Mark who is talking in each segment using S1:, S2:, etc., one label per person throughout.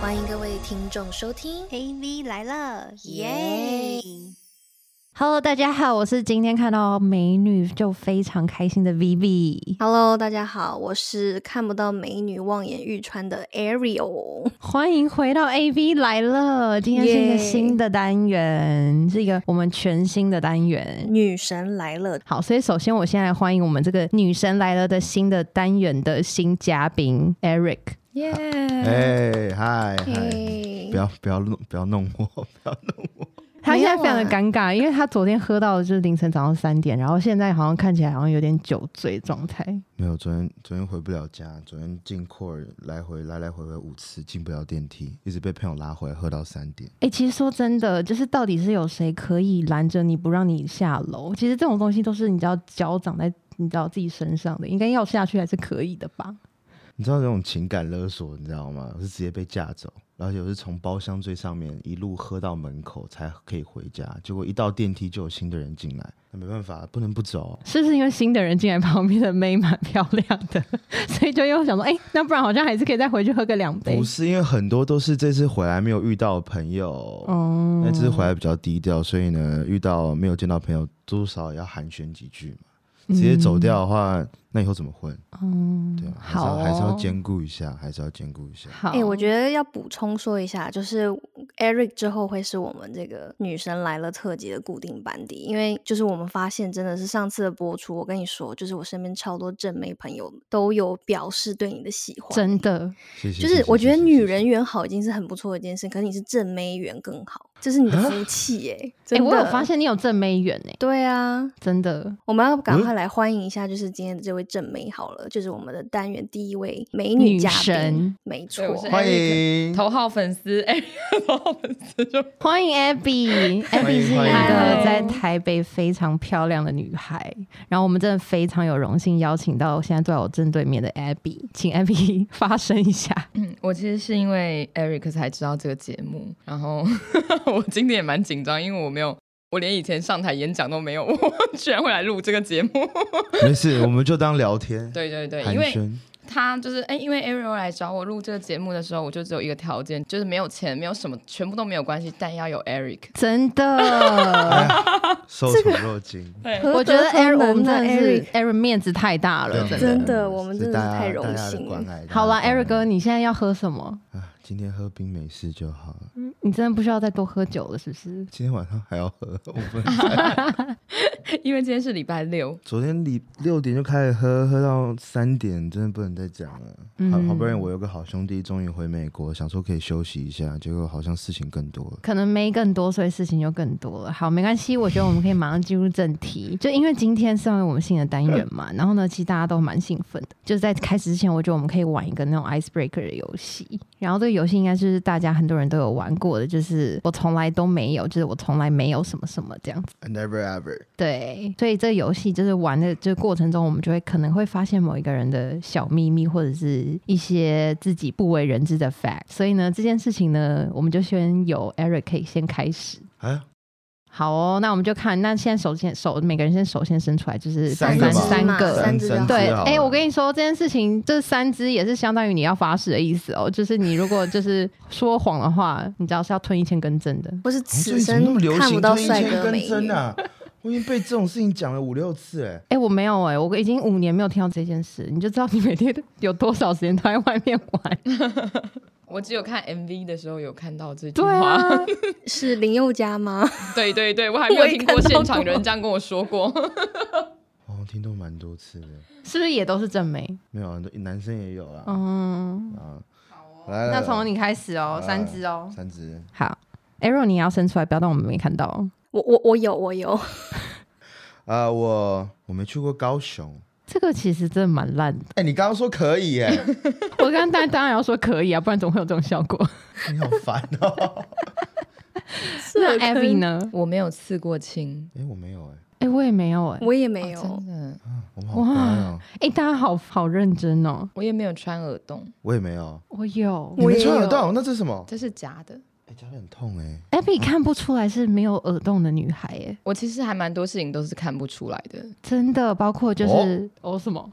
S1: 欢迎各位听众收听
S2: AV 来了，
S1: 耶
S2: 耶！
S3: Hello，大家好，我是今天看到美女就非常开心的 Vivi，
S1: Hello，大家好，我是看不到美女望眼欲穿的 Ariel。
S3: 欢迎回到 AV 来了。今天是一
S1: 耶
S3: 个新的单元是一个我们全新的单 元。
S1: 女神来了，
S3: 好，所以首先我先来欢迎我们这个女神来了的新的单元的新嘉宾 Eric。耶、
S4: 哎嗨嗨！
S1: 嘿
S4: 不要不要弄不要弄我， 不要弄我。
S3: 他现在
S1: 没
S3: 非
S1: 有啊
S3: 常的尴尬，因为他昨天喝到的就是凌晨早上三点，然后现在好像看起来好像有点酒醉状态。
S4: 没有，昨天昨天回不了家，昨天进库尔来回来来回回五次，进不了电梯，一直被朋友拉回来，喝到三点。
S3: 哎、其实说真的，就是到底是有谁可以拦着你不让你下楼？其实这种东西都是你知道脚长在你知道自己身上的，应该要下去还是可以的吧？
S4: 你知道这种情感勒索，你知道吗？我是直接被架走，而且我是从包厢最上面一路喝到门口才可以回家，结果一到电梯就有新的人进来，那没办法，不能不走。
S3: 是不是因为新的人进来，旁边的妹蛮漂亮的， 所以就又想说，哎、那不然好像还是可以再回去喝个两杯
S4: 不。是因为很多都是这次回来没有遇到的朋友，
S1: 嗯
S3: 哦
S4: 那这次回来比较低调，所以呢，遇到没有见到朋友，多少也要寒暄几句嘛。直接走掉的话，那以后怎么混？
S3: 嗯，
S4: 对啊，还是要、
S3: 好、哦，
S4: 还是要兼顾一下，还是要兼顾一下。
S3: 好。
S1: 哎、我觉得要补充说一下，就是 Eric 之后会是我们这个女神来了特辑的固定班底，因为就是我们发现真的是上次的播出，我跟你说，就是我身边超多正妹朋友都有表示对你的喜欢，
S3: 真的，
S4: 谢谢。
S1: 就
S4: 谢
S1: 是
S4: 谢
S1: 我觉得
S4: 谢谢
S1: 女
S4: 谢谢
S1: 人缘好已经是很不错的一件事，可是你是正妹缘更好，这是你
S4: 啊
S1: 的福气耶、
S3: 哎、
S1: 真的、
S3: 我有发，现你有正妹缘哎、
S1: 对啊，
S3: 真的，
S1: 我们要
S3: 嗯
S1: 赶快来欢迎一下，就是今天的这位正妹好了，就是我们的单元第一位美女
S3: 女
S1: 嘉宾
S3: 神，
S1: 没
S5: 对
S1: 错
S5: 我，是
S4: 欢迎
S5: 头号粉丝， 哎、头号粉丝就
S3: 欢迎 Abby，Abby 是一
S4: 欢
S3: 个
S4: 迎
S1: Hello
S3: 在台北非常漂亮的女孩，然后我们真的非常有荣幸邀请到现在坐在我正对面的 Abby，请 Abby 发声一下。
S5: 嗯我其实是因为 Eric 才知道这个节目，然后 我今天也蛮紧张，因为我没有，我连以前上台演讲都没有，我 居然会来录这个节目。
S4: 没事，我们就当聊天。
S5: 对对对，
S4: 寒
S5: 因为
S4: 暄，
S5: 他就是哎、因为 Ariel 来找我录这个节目的时候，我就只有一个条件，就是没有钱，没有什么，全部都没有关系，但要有 Eric。
S3: 真的，
S4: 受宠若 惊。
S1: 合
S3: 我觉得
S1: 格
S3: Aaron
S1: 分
S3: 我们
S1: 门的
S3: 真的是
S1: Eric
S3: Aaron 面子太大了，
S4: 对啊
S3: 真
S1: 真
S3: 的。
S1: 的我们真的是
S4: 大家
S1: 太荣
S4: 大家的
S1: 幸
S4: 关
S1: 了
S4: 爱
S3: 好啦
S4: 了
S3: a r i 哥，你现在要喝什么？
S4: 啊，今天喝冰美式就好了。
S3: 你真的不需要再多喝酒了，是不是？
S4: 今天晚上还要喝，我们
S5: 因为今天是礼拜六，
S4: 昨天礼六点就开始喝，喝到三点，真的不能再讲了。
S3: 嗯
S4: 好好不容易我有个好兄弟终于回美国，想说可以休息一下，结果好像事情更多了。
S3: 可能没更多，所以事情就更多了。好，没关系，我觉得我们可以马上进入正题。就因为今天是我们新的单元嘛，然后呢，其实大家都蛮兴奋的。就是在开始之前，我觉得我们可以玩一个那种 ice breaker 的游戏。然后这个游戏应该就是大家很多人都有玩过的，就是我从来都没有，就是我从来没有什么什么这样子。
S4: Never ever。
S3: 对，所以这个游戏就是玩的这个过程中，我们就会可能会发现某一个人的小秘密，或者是一些自己不为人知的 fact。所以呢，这件事情呢，我们就先由 Eric 可以先开始。
S4: 哎呀，
S3: 好哦，那我们就看，那现在首先手每个人先首先伸出来，就是
S4: 三
S1: 个
S3: 三
S1: 吧
S3: 三个。
S1: 三只就
S4: 只
S1: 好
S4: 好
S3: 对，
S4: 了
S3: 哎、我跟你说，这件事情这三只也是相当于你要发誓的意思哦，就是你如果就是说谎的话，你知道是要吞一千根针的。
S1: 不是
S4: 哦所
S1: 此
S4: 以怎么那
S1: 生
S4: 么流
S1: 看不
S4: 行
S1: 到
S4: 吞一
S1: 帅
S4: 千
S1: 哥
S4: 根
S1: 美
S4: 针
S1: 女。
S4: 啊！我已经被这种事情讲了五六次哎、
S3: 哎、我没有哎、我已经五年没有听到这件事，你就知道你每天有多少时间都在外面玩。
S5: 我只有看 MV 的时候有看到这句
S3: 对
S5: 话。
S3: 啊，
S1: 是林宥嘉吗？
S5: 对对对，我还没有听过现场有人这样跟我说过。
S4: 哦，听到蛮多次的，
S3: 是不是也都是正妹？
S4: 没有，啊男生也有啦。
S3: 嗯，
S4: 啊，来来，
S3: 那从
S4: 你
S3: 你开始哦，
S4: 来
S3: 三只哦。
S4: 三只，
S3: 好 a r o 你也要伸出来，不要让我们没看到哦。
S1: 我我我有我有，
S4: 啊、我我没去过高雄。
S3: 这个其实真的蛮烂的。
S4: 哎、你刚刚说可 以哎、
S3: 我刚刚当当然要说可以啊，不然怎么会有这种效果？
S4: 你好烦哦。
S1: 这个
S3: 那 Abby 呢？
S5: 我没有刺过青，
S4: 哎、我没有哎、
S3: 哎、我也没有哎、
S1: 我也没有。
S5: 真的，
S4: 我们好乖哦。
S3: 哎、大家好好认真哦。
S5: 我也没有穿耳洞，
S4: 我也没有，
S3: 我有
S1: 我
S4: 你没
S1: 也
S4: 穿耳
S1: 有
S4: 洞，那这是什么？
S5: 这是假的。
S4: 哎、脚很痛哎、
S3: Abby 看不出来是没有耳洞的女孩哎、
S5: 我其实还蛮多事情都是看不出来的。
S3: 真的，包括就是哦什么，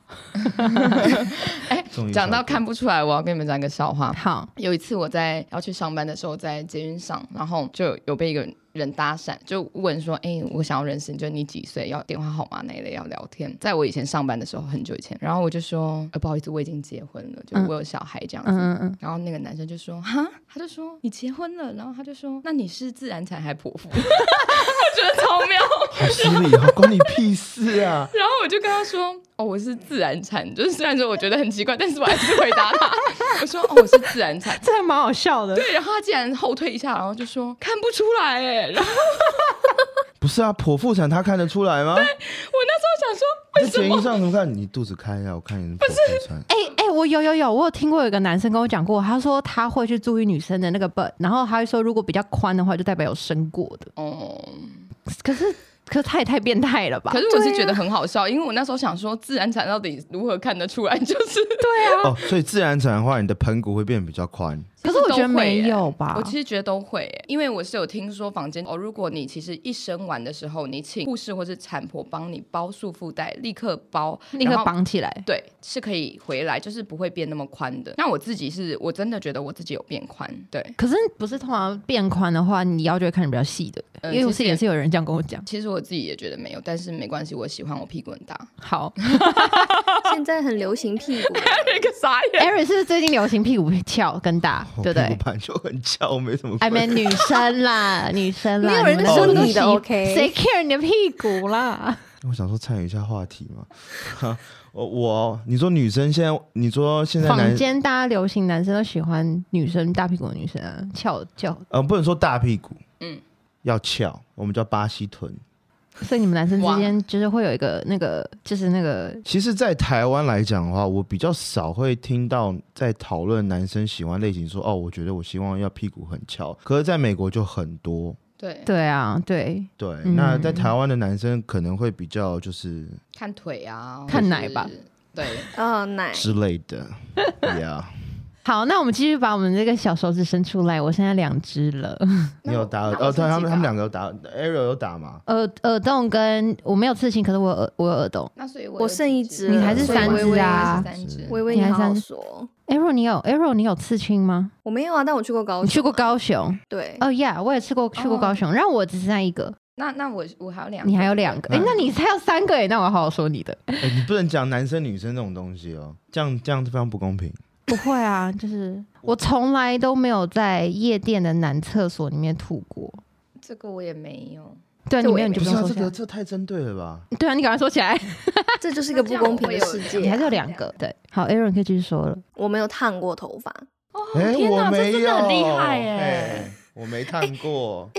S5: 哎，
S4: 终于
S5: 讲到
S4: 笑
S5: 看不出来，我要跟你们讲一个笑话。
S3: 好，
S5: 有一次我在要去上班的时候，在捷运上，然后就有被一个人搭讪，就问说：“哎、我想要认识你，就你几岁，要电话号码那一类要聊天。”在我以前上班的时候，很久以前，然后我就说：“呃，不好意思，我已经结婚了，就
S3: 嗯
S5: 我有小孩这样子。
S3: 嗯嗯嗯，
S5: 然后那个男生就说：“哈，他就说你结婚了。”然后他就说：“那你是自然产还剖腹？” 我觉得超妙。
S4: 好失礼哦，关你屁事啊！
S5: 然后我就跟他说：“哦，我是自然产，就是虽然说我觉得很奇怪，但是我还是回答他， 我说：‘哦，我是自然产。’
S3: 这还蛮好笑的。
S5: 对，然后他竟然后退一下，然后就说看不出来哎。然后
S4: 不是啊，剖腹产他看得出来吗？
S5: 我那时
S4: 在
S5: 候想说，
S4: 捷
S5: 为什
S4: 运
S5: 么？
S4: 上怎么看？你肚子开啊，我看你是剖腹产。
S3: 哎哎、我有有有，我有听过有个男生跟我讲过，他说他会去注意女生的那个 butt，然后他会说如果比较宽的话，就代表有生过的。
S5: 哦，
S3: 可是可是他也太变态了吧？
S5: 可是我是觉得很好笑，因为我那时候想说，自然产到底如何看得出来？就是
S4: 哦，所以自然产的话，你的盆骨会变比较宽。
S3: 啊可是我觉得没
S5: 其实都会
S3: 有
S5: 耶
S3: 吧
S5: 我其实觉得都会耶，因为我是有听说房间哦，如果你其实一生完的时候，你请护士或是产婆帮你包束腹带，立刻包，
S3: 立刻
S5: 然后
S3: 绑起来。
S5: 对，是可以回来，就是不会变那么宽的。那我自己是我真的觉得我自己有变宽，对，
S3: 可是不是通常变宽的话，你腰就会看着比较细的，
S5: 嗯
S3: 因为我
S5: 其实
S3: 是也是有人这样跟我讲。
S5: 其实我自己也觉得没有，但是没关系，我喜欢我屁股 很大。
S3: 好
S1: 现在很流行屁股，
S5: 那个傻眼，
S3: ，Eric 是不是最近流行屁股翘更大，
S4: 我
S3: 对不
S4: 屁
S3: 对
S4: 股？盘就很翘，没什么。
S3: I mean 女生啦，女生啦，
S1: 没有人
S3: 们都
S1: 说
S3: 是
S1: 你的
S3: 屁
S1: OK
S3: 谁 care 你的屁股啦？
S4: 我想说参与一下话题嘛。哈我我，你说女生现在，你说现在
S3: 坊
S4: 男，
S3: 间大家流行男生都喜欢女生大屁股的女生啊，翘翘，
S4: 呃，不能说大屁股，
S5: 嗯
S4: 要翘，我们叫巴西臀。
S3: 所以你们男生之间就是会有一个那个，就是那个
S4: 其实，在台湾来讲的话，我比较少会听到在讨论男生喜欢类型说，哦，我觉得我希望要屁股很翘。可是，在美国就很多。
S5: 对，
S3: 对啊，对，
S4: 对，
S3: 嗯
S4: 那在台湾的男生可能会比较就是
S5: 看腿啊，
S3: 看
S5: 或是
S3: 奶吧，
S5: 对，
S1: 啊、奶
S4: 之类 的，Yeah，
S3: 好，那我们继续把我们这个小手指伸出来，我现在两只了，
S4: 你有打耳
S5: 那我
S4: 哦？对，
S5: 那
S4: 他
S5: 我自
S4: 们
S5: 己打
S4: 他们两个有打，Ariel 有打 吗？
S3: 耳耳洞跟我没有刺青，可是我有耳我有耳洞。
S5: 那所以我
S1: 我剩一只了，
S3: 你还是
S1: 所以
S3: 三
S1: 微
S3: 只
S1: 微
S3: 啊
S5: 我也是三只
S1: 微微，
S3: 你
S1: 你
S3: 还
S1: 好好
S3: 三只
S1: 说，
S3: Arrow，你有 Arrow，你有刺青吗？
S1: 我没有啊，但我去过高雄啊，
S3: 你去过高雄？
S1: 对，
S3: 哦、呀，yeah，我也吃过去过
S5: 哦
S3: 高雄，然后我只剩下一个，
S5: 那那我我还有两，
S3: 你还有两个，哎、
S4: 嗯
S3: 那你还有三个哎，那我好好说你的。
S4: 哎，你不能讲男生女生这种东西哦，这样这样非常不公平。
S3: 不会啊，就是我从来都没有在夜店的男厕所里面吐过。
S5: 这个我也没有，
S1: 这
S3: 对，你
S1: 我
S3: 没有
S1: 也
S3: 你就
S4: 不
S3: 不
S4: 是
S3: 用
S4: 啊，
S3: 说
S4: 这
S3: 起
S4: 个
S3: 来。
S4: 这个太针对了吧？
S3: 对啊，你赶快说起来，
S1: 这就是一个不公平的世
S5: 对
S1: 界
S3: 你
S1: 啊、
S3: 还是有两个。对，好，Aaron 可以继续说了。
S1: 我没有烫过头发，
S4: 哎，
S5: 天
S4: 我
S5: 哪
S4: 没
S5: 这真
S4: 有，
S5: 的很厉害耶哎
S4: 哎，我没看过，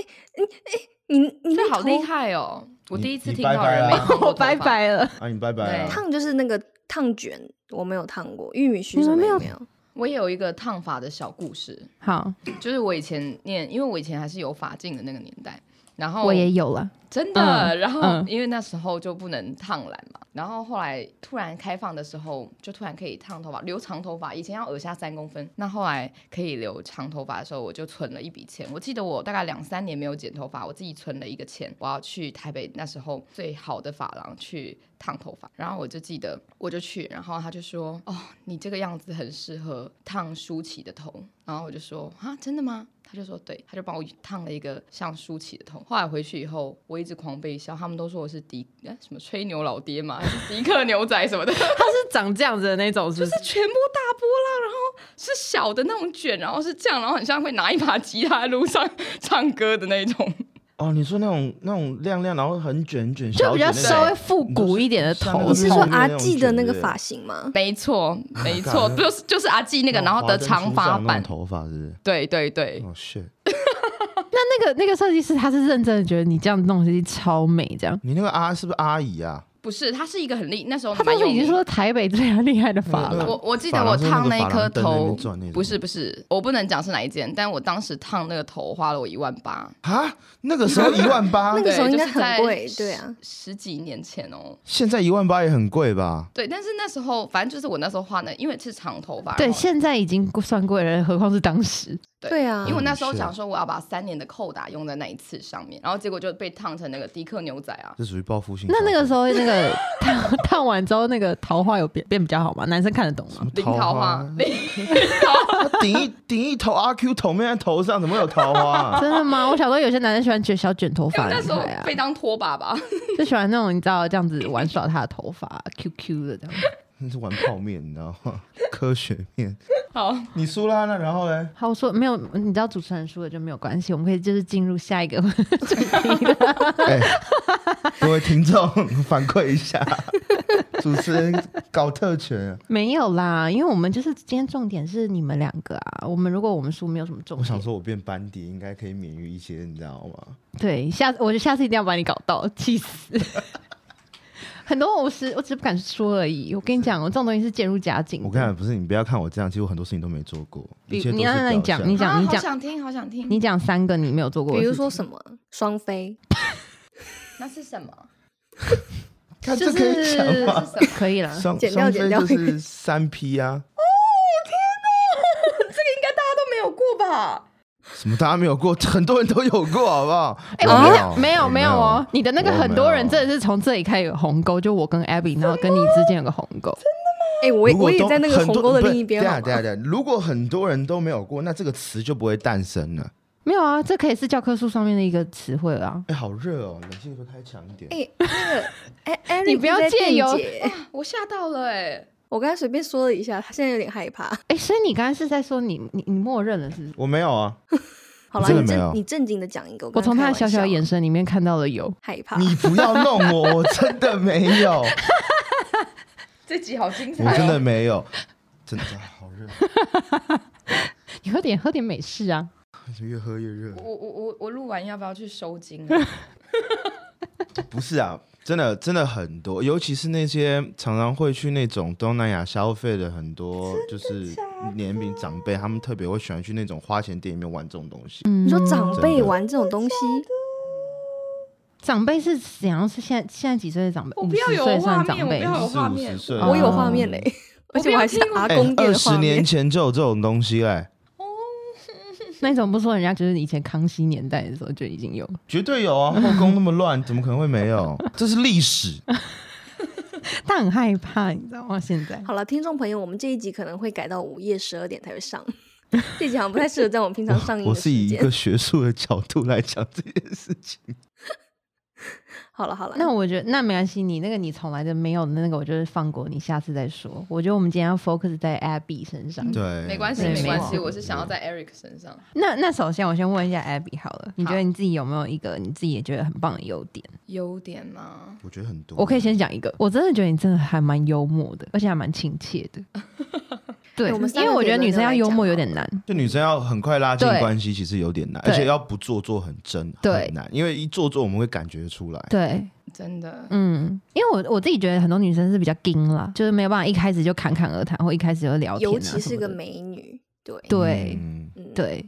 S1: 你你
S5: 这
S1: 那
S5: 好
S1: 头
S5: 厉害哦！我第一次听
S4: 你
S5: 到
S4: 你拜拜啊
S5: 人没
S4: 啦
S5: 看过头
S3: 我
S5: 发
S3: 拜，拜了。
S4: 啊，你拜拜啊
S5: 哎对！
S1: 烫就是那个烫卷，我没有烫过，玉米须
S3: 你
S1: 什
S3: 们
S1: 么
S3: 没
S1: 也
S3: 有
S1: 没有。
S5: 我也有一个烫发的小故事，
S3: 好，
S5: 就是我以前念，因为我以前还是有发镜的那个年代，然后
S3: 我也有了。
S5: 真的。
S3: 嗯
S5: 然后、
S3: 嗯
S5: 因为那时候就不能烫染嘛，然后后来突然开放的时候，就突然可以烫头发，留长头发。以前要耳下三公分，那后来可以留长头发的时候，我就存了一笔钱。我记得我大概两三年没有剪头发，我自己存了一个钱，我要去台北那时候最好的发廊去。烫头发，然后我就记得我就去，然后他就说：“哦，你这个样子很适合烫舒淇的头。”然后我就说：“啊，真的吗？”他就说对，他就帮我烫了一个像舒淇的头。后来回去以后，我一直狂被笑，他们都说我是迪哎什么吹牛老爹嘛，还是迪克牛仔什么的，
S3: 他是长这样子的那种，是不是？
S5: 全部大波浪，然后是小的那种卷，然后是这样，然后很像会拿一把吉他在路上唱歌的那种。
S4: 哦，你说那种那种亮亮，然后很卷很卷，
S3: 就比较
S4: 小卷那
S3: 稍微
S4: 种
S3: 复古一点的
S4: 像那个
S3: 头，
S1: 你是说
S4: 是
S1: 阿
S4: 那种
S1: 纪的那个
S4: 卷
S1: 发型吗？
S5: 没错，没错，
S4: 感觉
S5: 就是就是阿纪那个，然后
S4: 华
S5: 的
S4: 灯
S5: 长
S4: 初
S5: 发
S4: 上那种
S5: 版。
S4: 头发是不是？
S5: 对对对，
S4: 哦，shit，
S3: 那个那个设计师他是认真的，觉得你这样弄东西超美，这样。
S4: 你那个阿是不是阿姨啊？
S5: 不是，他是一个很厉，那时候
S3: 他
S5: 蛮
S3: 当
S5: 有
S3: 时已经
S5: 名
S3: 说台北最厉害的发
S4: 那
S3: 廊
S4: 个，
S5: 我我记
S4: 发
S5: 得
S4: 廊
S5: 我
S4: 是那
S5: 烫
S4: 个
S5: 那一
S4: 发廊
S5: 颗
S4: 灯在那边
S5: 头
S4: 转那，种
S5: 不是不是，我不能讲是哪一间，但我当时烫那个头花了我一万八，
S4: 啊，那个时候一万 八
S1: 那，个时候
S5: 对
S1: 应
S5: 就
S1: 该
S5: 是
S1: 很
S5: 在
S1: 贵，对啊。
S5: 十几年前哦。
S4: 现在一万八也很贵吧？
S5: 对，但是那时候反正就是我那时候画那，因为是长头发，
S3: 对，
S5: 然后
S3: 现在已经算贵了，何况是当时。
S5: 对
S1: 对啊
S5: 因为我那时候
S4: 嗯是
S5: 想说我要把三年的扣打用在那一次上面，然后结果就被烫成那个迪克牛仔啊。
S4: 这属于报复性
S3: 那
S4: 消费。
S3: 那个时候那个 烫烫完之后，那个桃花有变变比较好吗？男生看得懂吗？
S5: 零桃花， 零
S4: 他顶一顶一头阿 Q 头面在头上，怎么会有桃花、啊？
S3: 真的吗？我小时候有些男生喜欢卷小卷头
S5: 因
S3: 发
S5: 为那
S3: 男
S5: 时
S3: 孩
S5: 候
S3: 啊
S5: 被，当拖把吧，
S3: 就喜欢那种你知道这样子玩耍他的头发，QQ 的这样。
S4: 那是玩泡面，你知道吗？ 科学面。
S5: 好，
S4: 你输啦，那然后嘞？
S3: 好，我说没有，你知道主持人输了就没有关系，我们可以就是进入下一个 主题。
S4: 哎、各位听众反馈一下，主持人搞特权、啊。
S3: 没有啦，因为我们就是今天重点是你们两个啊。我们如果我们输，没有什么重
S4: 我想
S3: 点。
S4: 说，我变班底应该可以免于一些，你知道吗？
S3: 对，下我就下次一定要把你搞到， 气死。很多我是我只是不敢说而已。我跟你讲，我这种东西是渐入佳境的。
S4: 我跟你讲，不是你不要看我这样，其实我很多事情都没做过，
S3: 比
S4: 一切都
S3: 你
S4: 是
S3: 那那你
S4: 表
S3: 讲
S4: 象
S3: 你讲
S5: 啊
S3: 你
S5: 好
S3: 讲
S5: 想听，好想听。
S3: 你讲三个你没有做过的
S1: 比
S3: 事情，
S1: 如说什么双飞，
S5: 那是什么？
S4: 看
S3: 就
S4: 这可以讲
S3: 是
S4: 吗？
S3: 可以啦。
S4: 双
S1: 剪掉
S4: 双飞
S1: 剪掉
S4: 就是三 P 啊，
S5: 应该大家都没有过吧？
S4: 什么大家没有过， 很多人都有过，好不好？
S3: 哎、
S4: 我
S3: 我
S4: 没
S3: 跟你
S4: 有
S3: 讲，没有没有哦，你的那个
S4: 我没有
S3: 很多人真的是从这里开始有鸿沟，就我跟 Abby，然后跟你之间有个鸿沟。
S1: 哎、我也
S4: 如果
S1: 我也
S4: 都
S1: 在那个
S4: 很
S1: 鸿
S4: 多
S1: 沟的
S4: 不是
S1: 另一边哦
S4: 对
S1: 好
S4: 啊
S1: 吗
S4: 对啊对啊，如果很多人都没有过，那这个词就不会诞生了。
S3: 没有啊，这可以是教科书上面的一个词汇啊。
S4: 哎，好热哦，冷气会不会开强一点？
S1: 哎、那个，哎、哎，
S3: 你不要
S1: 在
S3: 借
S1: 辩
S3: 由
S1: 解
S5: 我吓到了哎！
S1: 我刚才随便说了一下，他现在有点害怕。
S3: 哎、所以你刚刚是在说你你你默认了是不是？
S4: 我没有啊，
S1: 好了，
S4: 真的
S1: 你
S4: 没有
S1: 正你正经的讲一个。
S3: 我
S1: 刚
S3: 从
S1: 刚开
S3: 他的小
S1: 玩
S3: 小
S1: 笑
S3: 的眼神里面看到了有，
S1: 害怕，
S4: 你不要弄 我，我真的没有，
S5: 这集好精彩
S4: 我真的
S5: 哦！
S4: 没有， 真的好热，
S3: 你喝点喝点美式啊。
S4: 越喝越热
S5: 我。我我我我录完要不要去收金啊？
S4: 不是啊，真的真的很多，尤其是那些常常会去那种东南亚消费的很多就是年龄长辈，他们特别会喜欢去那种花钱店里面玩这种东西。
S3: 嗯
S1: 你说长
S4: 真
S1: 辈
S4: 的
S1: 玩这种东西，
S3: 长辈是怎样？是现在现在几岁的长辈？
S5: 我不要有
S3: 50岁
S5: 画
S3: 算
S5: 面
S3: 长
S5: 我
S3: 辈
S5: 不要有
S4: 四
S5: 画
S4: 五
S5: 面
S4: 十岁，啊
S3: 嗯
S1: 我有画面嘞、而且我还是
S5: 我不
S1: 阿
S5: 要听我
S4: 哎
S1: 公店
S4: 二
S1: 的画
S4: 十年
S1: 面。
S4: 前就有这种东西嘞、哎
S3: 那你怎么不说人家就是以前康熙年代的时候就已经有了？
S4: 绝对有啊！后宫那么乱，怎么可能会没有？这是历史。
S3: 但很害怕，你知道吗？现在
S1: 好了，听众朋友，我们这一集可能会改到午夜十二点才会上，这集好像不太适合在我们平常上映
S4: 我
S1: 的
S4: 是
S1: 时
S4: 以一个
S1: 间。
S4: 学术的角度来讲这件事情。
S1: 好了好了，
S3: 那我觉得那没关系，你那个你从来就没有的那个，我就是放过你，下次再说。我觉得我们今天要 focus 在 Abby 身上。
S1: 嗯
S4: 对，
S5: 嗯没关系，
S3: 对
S5: 没关系，
S3: 没
S5: 我是想要在 Eric 身上。
S3: 那那首先我先问一下 Abby 好了，你觉得
S5: 好
S3: 你自己有没有一个你自己也觉得很棒的优点？
S1: 嗯
S5: 优点吗？
S4: 我觉得很多。
S3: 我可以先讲一个，我真的觉得你真的还蛮幽默的，而且还蛮亲切 的。对，
S1: 哎我们
S3: 因
S1: 三个
S3: 为我觉得女生要幽默
S1: 可以轮流来
S3: 有点难，
S4: 就女生要很快拉近
S3: 对
S4: 关系，其实有点难，
S3: 对
S4: 而且要不做作很真
S3: 对
S4: 很难，因为一做作我们会感觉出来。
S3: 对，
S5: 真的，
S3: 嗯，因为我我自己觉得很多女生是比较硬啦，就是没有办法一开始就侃侃而谈，或一开始就聊天、啊，
S1: 尤其是个
S3: 美，
S1: 美女，对
S3: 对、
S4: 嗯
S1: 嗯，
S3: 对，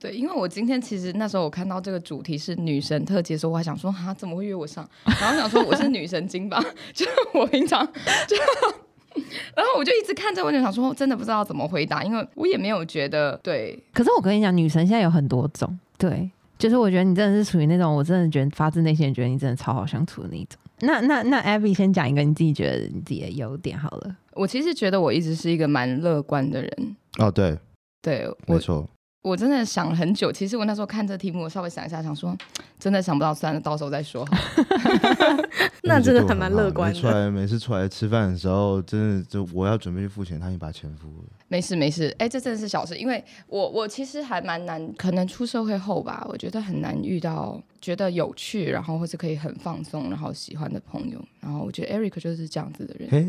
S5: 对，因为我今天其实那时候我看到这个主题是女神特辑的时候，我还想说哈，怎么会约我上？然后想说我是女神经吧， 就是我平常就。然后我就一直看这个问题，想说真的不知道怎么回答，因为我也没有觉得对
S3: 可是我跟你讲，女神现在有很多种，对，就是我觉得你真的是属于那种，我真的觉得发自内心地觉得你真的超好相处的那一种。那那那 Abby 先讲一个你自己觉得你自己的优点好了，
S5: 我其实觉得我一直是一个蛮乐观的人。
S4: 哦，对，
S5: 对
S4: 没
S5: 我，
S4: 错，
S5: 我真的想了很久。其实我那时候看这题目，我稍微想一下，想说真的想不到，算了，到时候再说好了。
S1: 那真的还
S4: 我觉得我
S1: 蛮
S4: 很好
S1: 乐观
S4: 每次出
S1: 的。
S4: 来每次出来吃饭的时候，真的就我要准备去付钱，他已经把钱付了。
S5: 没事没事，哎，这真的是小事，因为我我其实还蛮难，可能出社会后吧，我觉得很难遇到觉得有趣，然后或是可以很放松，然后喜欢的朋友。然后我觉得 Eric 就是这样子的人，
S1: 嗯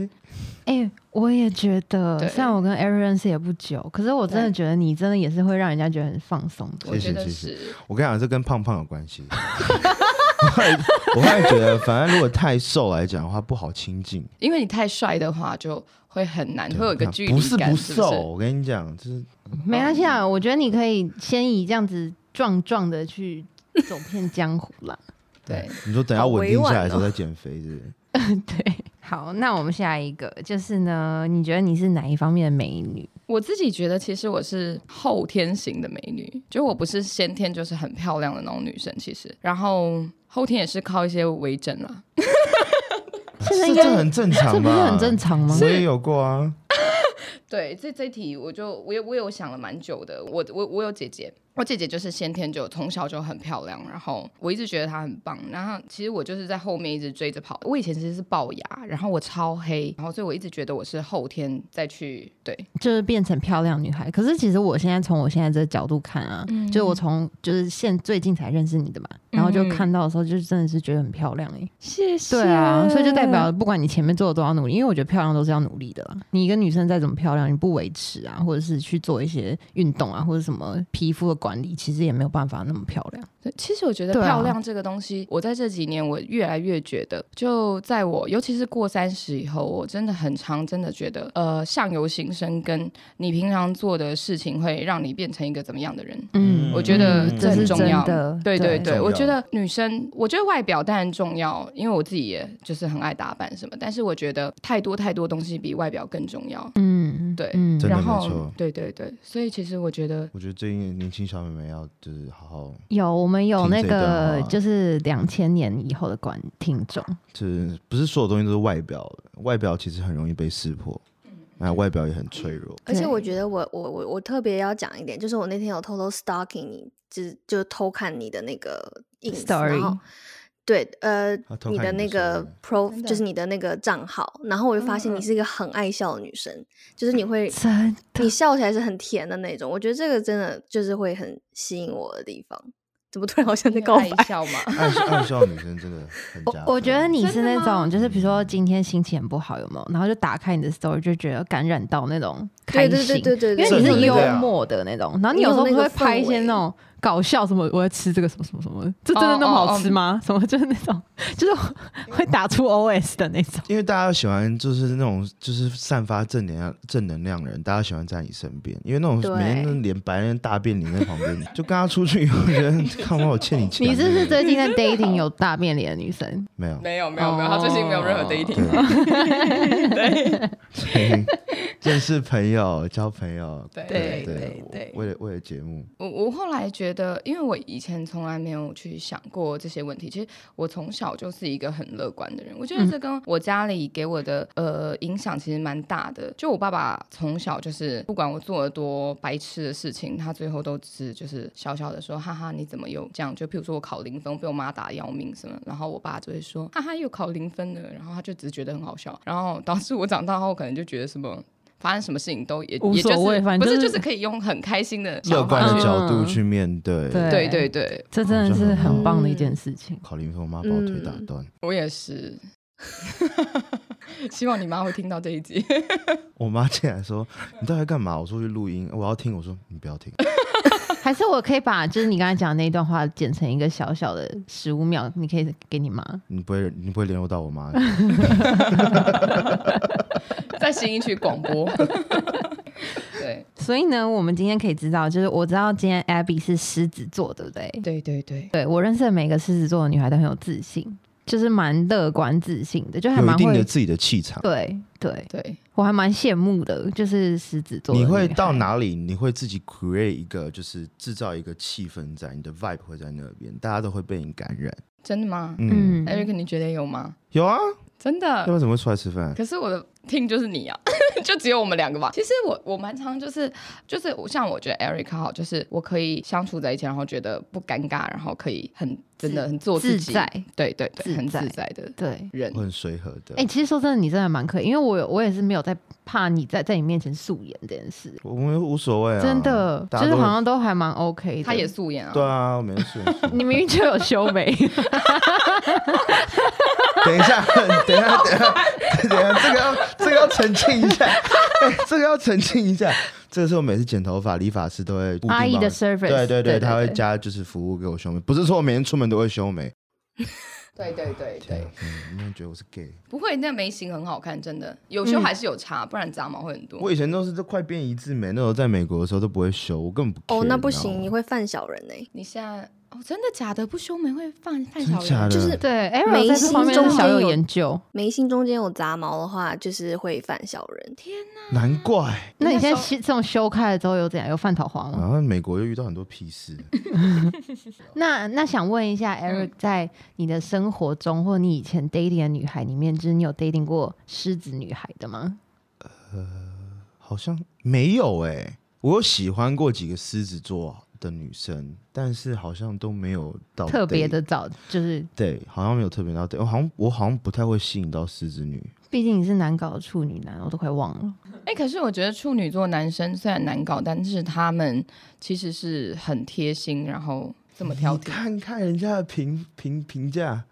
S4: 嘿，
S3: 哎、我也觉得，
S5: 对
S3: 虽然我跟 Abby 认识也不久，可是我真的
S5: 对
S3: 觉得你真的也是会让人家觉得很放松的。
S5: 我觉得
S4: 谢谢
S5: 是。
S4: 我跟你讲，这跟胖胖有 关系。我后来我后来觉得，反正如果太瘦来讲的话，不好亲近。
S5: 因为你太帅的话，就会很难，会有一个距离
S4: 不是
S5: 感，
S4: 不
S5: 是
S4: 瘦，
S5: 是？
S4: 我跟你讲，就是
S3: 没关系啊，我觉得你可以先以这样子壮壮的去走遍江湖啦。
S5: 对，
S4: 哎你说等下
S1: 好
S4: 稳定
S1: 委婉
S4: 下来的时候
S1: 哦
S4: 再减肥，是不是？
S3: 对，好，那我们下一个就是呢，你觉得你是哪一方面的美女？
S5: 我自己觉得，其实我是后天型的美女，就我不是先天就是很漂亮的那种女生，其实，然后后天也是靠一些微整啦。
S3: 现在
S4: 这
S3: 应该
S4: 这很正常吧？
S3: 这不是很正常吗？
S4: 我也有过啊，
S5: 对，这这一题我就我也我有想了蛮久的。我我我有姐姐，我姐姐就是先天就从小就很漂亮，然后我一直觉得她很棒。然后其实我就是在后面一直追着跑。我以前其实是龅牙，然后我超黑，然后所以我一直觉得我是后天再去对
S3: 就是变成漂亮女孩。可是其实我现在从我现在这个角度看啊，
S5: 嗯
S3: 就是我从就是现最近才认识你的嘛，然后就
S5: 嗯
S3: 看到的时候，就真的是觉得很漂亮哎、
S5: 谢谢
S3: 对啊，所以就代表不管你前面做的多少努力，因为我觉得漂亮都是要努力的啦。你一个女生再怎么漂亮，你不维持啊，或者是去做一些运动啊，或者什么皮肤的管理，其实也没有办法那么漂亮。
S4: 嗯
S5: 对，其实我觉得
S3: 对啊
S5: 漂亮这个东西，我在这几年我越来越觉得，就在我尤其是过三十以后，我真的很常真的觉得，呃，相由心生，跟你平常做的事情会让你变成一个怎么样的人。
S4: 嗯
S5: 我觉得
S4: 嗯
S5: 这
S3: 这
S5: 很
S3: 是
S5: 重
S3: 真
S5: 要。
S3: 的，
S5: 对对对，
S4: 重
S5: 我
S4: 要
S5: 觉得女生，我觉得外表当然重要，因为我自己也就是很爱打扮什么，但是我觉得太多太多东西比外表更重要。
S3: 嗯，
S5: 对
S3: 嗯
S4: 真的
S5: 然
S4: 没
S5: 后
S4: 错，
S5: 对对对，所以其实我觉 得，
S4: 我觉得最近年轻小妹妹要就是好好，
S3: 有，我们有
S4: 听
S3: 那
S4: 这段
S3: 个
S4: 话
S3: 就是两千年以后的观听众，
S4: 就是不是所有东西都是外表的，外表其实很容易被识破，
S5: 嗯
S4: 那外表也很脆 弱。
S1: 而且我
S3: 对
S1: 觉得我我我我特别要讲一点，就是我那天有偷偷 stalking 你，就是就偷看你的那个 ins，然
S3: Story
S1: 后对呃
S4: 啊偷
S1: 你
S4: 看
S1: 的
S4: 你的
S1: 那个
S4: story
S1: pro
S5: 真
S1: 就是
S5: 的
S1: 你的那个账号，然后我就发现
S5: 嗯
S1: 你
S5: 嗯
S1: 是一个很爱笑的女生，就是你 会
S3: 真的
S1: 你笑起来是很甜的那种，我觉得这个真的就是会很吸引我的地方。怎么突然好像在告
S5: 爱
S1: 白？
S5: 笑嘛，
S4: 爱笑爱笑的女生真的啊很加分
S3: 我我觉得你是
S5: 真的
S3: 那
S5: 吗
S3: 种，就是比如说今天心情很不好，有没有？然后就打开你的 story，就觉得感染到那种开
S1: 对
S3: 心，
S1: 对对对对，对
S3: 因为你
S4: 真
S3: 是
S4: 的
S3: 幽
S4: 这样
S3: 默的那种。然后你
S1: 你
S3: 有
S1: 有
S3: 时候
S1: 那
S3: 不
S1: 个
S3: 会
S1: 氛
S3: 拍一些
S1: 围
S3: 那种搞笑什么，我要吃这个什么什么什么，这真
S5: 哦
S3: 的那么
S5: 哦
S3: 好
S5: 哦
S3: 吃吗？什么就是那种， 就是会打出 OS 的那种。
S4: 因为大家喜欢就是那种就是散发正能量正能量的人，大家喜欢在你身边，因为那种
S1: 对
S4: 每天都连白人大便淋在旁边，就跟他出去以后，觉得 看我欠你钱。
S3: 你是不是最近在 dating 有大变脸的女生？
S4: 没有？
S5: 没有没有没有，他最近没有任何
S3: 哦
S5: dating
S4: 对。对，认识朋友，交朋友，
S5: 对
S4: 对
S5: 对
S4: 我
S5: 对
S4: 为了为了节目，
S5: 我我后来觉得，因为我以前从来没有去想过这些问题。其实我从小就是一个很乐观的人，我觉
S3: 嗯
S5: 得这跟我家里给我的呃影响其实蛮大的。就我爸爸从小就是，不管我做了多白痴的事情，他最后都只是就是小小的说，哈哈，你怎么又这样？就譬如说我考零分，我被我妈打得要命什么，然后我爸就会说，哈哈，又考零分了，然后他就只是觉得很好笑，然后导致我长大后可能就觉得什么。发生什么事情都也
S3: 无
S5: 也就
S3: 所谓
S5: 是
S3: 反
S5: 不
S3: 正
S5: 是
S3: 就是
S5: 就是可以用很开心的
S4: 乐
S5: 想法
S4: 观的
S5: 去
S4: 角度去面对。
S3: 对
S5: 对对对，
S3: 这真的是很棒的一件事情。
S4: 考零分，我妈把我腿打断。
S5: 我也是。 希望你妈会听到这一集。
S4: 我妈进来说：“你到底在干嘛？”我说：“去录音。”我要听。我说：“你不要听。
S3: 还是我可以把就是你刚才讲的那一段话剪成一个小小的十五秒，你可以给你妈。
S4: 你不会，你不会联络到我妈。”
S5: 在新一区广播。 对
S3: 所以呢，我们今天可以知道，就是我知道今天 Abby 是狮子座，对不对？
S5: 对对对，
S3: 对我认识的每个狮子座的女孩都很有自信，就是蛮乐观自信的，就还
S4: 有一
S3: 蛮
S4: 定的
S3: 会。
S4: 自己的气场。
S3: 对对，
S5: 对
S3: 我还蛮羡慕的，就是狮子座的
S4: 你
S3: 女孩。
S4: 会到哪里？你会自己 create 一个，就是制造一个气氛在，你的 vibe 会在那边，大家都会被你感染。
S5: 真的吗
S4: 嗯，
S3: 嗯，呃
S5: ？Eric，你觉得有吗？
S4: 有啊，
S5: 真
S4: 要
S5: 的
S4: 不。然怎么会出来吃饭？
S5: 可是我的 team 就是你啊， 就只有我们两个吧。其实我我蛮常就是就是我像我觉得 Eric 好，就是我可以相处在一起，然后觉得不尴尬，然后可以很真的很做
S3: 自
S5: 自己，
S3: 在。
S5: 对对对，
S3: 自
S5: 很自
S3: 在
S5: 在的
S3: 对，
S5: 人
S4: 我。很随和的。
S3: 哎、其实说真的，你真的蛮可以，因为我有我也是没有在怕你在在你面前素颜这件事，
S4: 我们无所谓啊，
S3: 真的，
S4: 大
S3: 就
S4: 家
S3: 是
S4: 都
S3: 好像都还蛮 OK 的。
S5: 他也素颜啊，
S4: 对啊，没事。没事
S3: 你明明就有修 眉，
S4: 等一下，等一下，等一下，等一下，这个要这个要澄清一下， 哎这个要澄清一下。这个是我每次剪头发，理发师都会固定
S3: 阿姨
S4: 帮
S3: 的
S4: 我
S3: service，
S4: 对对
S3: 对
S4: 对，他会加就是服务给我修眉，不是说我每天出门都会修眉。
S5: 对对对
S4: 天
S5: 对
S4: 啊。，嗯，你们觉得我是 gay？
S5: 不会，那眉形很好看，真的有修还是有差，不然杂毛会很多
S4: 嗯我。以前都是都快变一字眉，那时候在美国的时候都不会修，我根本不 care,
S1: 哦，那
S4: 你
S1: 不
S4: 知道吗
S1: 行，你会犯小人呢、欸
S5: 你现在哦，真的假的？不修眉会犯犯
S4: 真
S5: 小
S4: 假
S5: 人？
S4: 的？
S1: 就是
S3: 对 a r
S1: 眉
S3: o 在这方面
S1: 心
S3: 是
S1: 中
S3: 小
S1: 间
S3: 有
S1: 有
S3: 研究。
S1: 眉心中间有杂毛的话，就是会犯小人。
S4: 难怪。
S3: 那你
S5: 那
S3: 现在
S5: 时候
S3: 修这种修开了之后有怎样？有犯桃花
S5: 嗯
S3: 吗？
S4: 然后美国又遇到很多屁事，
S3: 那那想问一下，Eric，、在你的生活中或你以前 dating 的女孩里面，就是你有 dating 过狮子女孩的吗？
S4: 好像没有哎、我有喜欢过几个狮子座的女生，但是好像都没有
S5: 哦
S4: 到
S3: 特别
S4: date
S3: 的早，就是
S4: 对，好像没有特别到对，我好像我好像不太会吸引到狮子女，
S3: 毕竟你是难搞的处女男，我都快忘了。
S5: 哎、可是我觉得处女座男生虽然难搞，但是他们其实是很贴心，然后这么挑
S4: 你
S5: 剔。
S4: 看看人家的评评评价，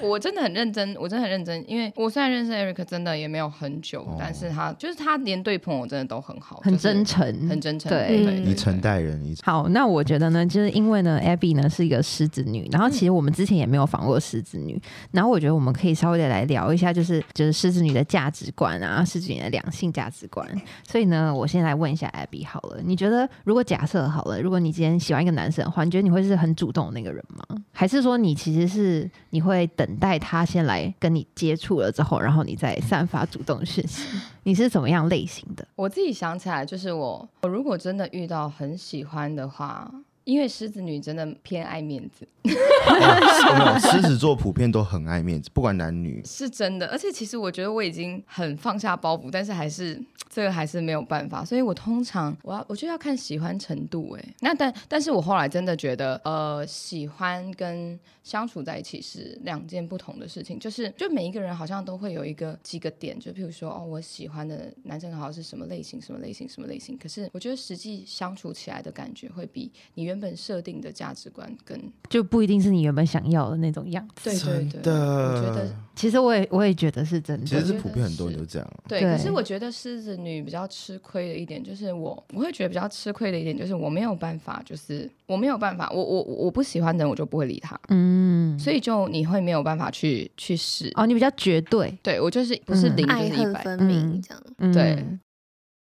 S5: 我真的很认真，我真的很认真，因为我虽然认识 Eric 真的也没有很久，
S4: 哦
S5: 但是他就是他连对朋友真的都很好，
S3: 很
S5: 哦就是
S3: 真诚，
S5: 很真诚，
S3: 对
S5: 对
S4: 以诚。待人， 以
S3: 好，那我觉得呢，就是因为呢，Abby 呢是一个狮子女，然后其实我们之前也没有访过狮子女，然后我觉得我们可以稍微的来聊一下，就是就是狮子女的价值观啊，狮子女的两性价值观。所以呢，我先来问一下 Abby 好了，你觉得如果假设好了，如果你今天喜欢一个男生的话，你觉得你会是很主动的那个人吗？还是说你其实是你会等待他先来跟你接触了之后，然后你再散发主动讯息？你是怎么样类型的？
S5: 我自己想起来，就是我我如果真的遇到很喜欢的话，因为狮子女真的偏爱面子，
S4: 哦 没有狮子座普遍都很爱面子，不管男女。
S5: 是真的。而且其实我觉得我已经很放下包袱，但是还是这个还是没有办法，所以我通常我要我就要看喜欢程度哎、那但但是我后来真的觉得，呃，喜欢跟相处在一起是两件不同的事情。就是就每一个人好像都会有一个几个点，就譬如说哦，我喜欢的男生好像是什么类型，什么类型，什么类型。可是我觉得实际相处起来的感觉会比你原本设定的价值观更
S3: 就不一定是你原本想要的那种样子。
S5: 对对
S4: 真
S5: 对，
S4: 的
S5: 我觉得
S3: 其实我也我也觉得是真的，
S4: 其实
S5: 我
S4: 是
S5: 觉
S4: 普
S5: 得
S4: 遍很多人
S5: 是
S4: 都这样，
S5: 对，
S3: 对
S5: 可是我觉得狮子女比较吃亏的一点，就是我我会觉得比较吃亏的一点，就是我没有办法，就是我没有办法，我我我我不喜欢的人，我就不会理他，
S3: 嗯，
S5: 所以就你会没有办法去去试。
S3: 哦，你比较绝对，
S5: 对我就是不是
S3: 嗯
S5: 零、
S1: 爱
S5: 就是一
S1: 恨
S5: 百，
S1: 分明
S3: 嗯
S1: 这样。
S3: 嗯
S5: 对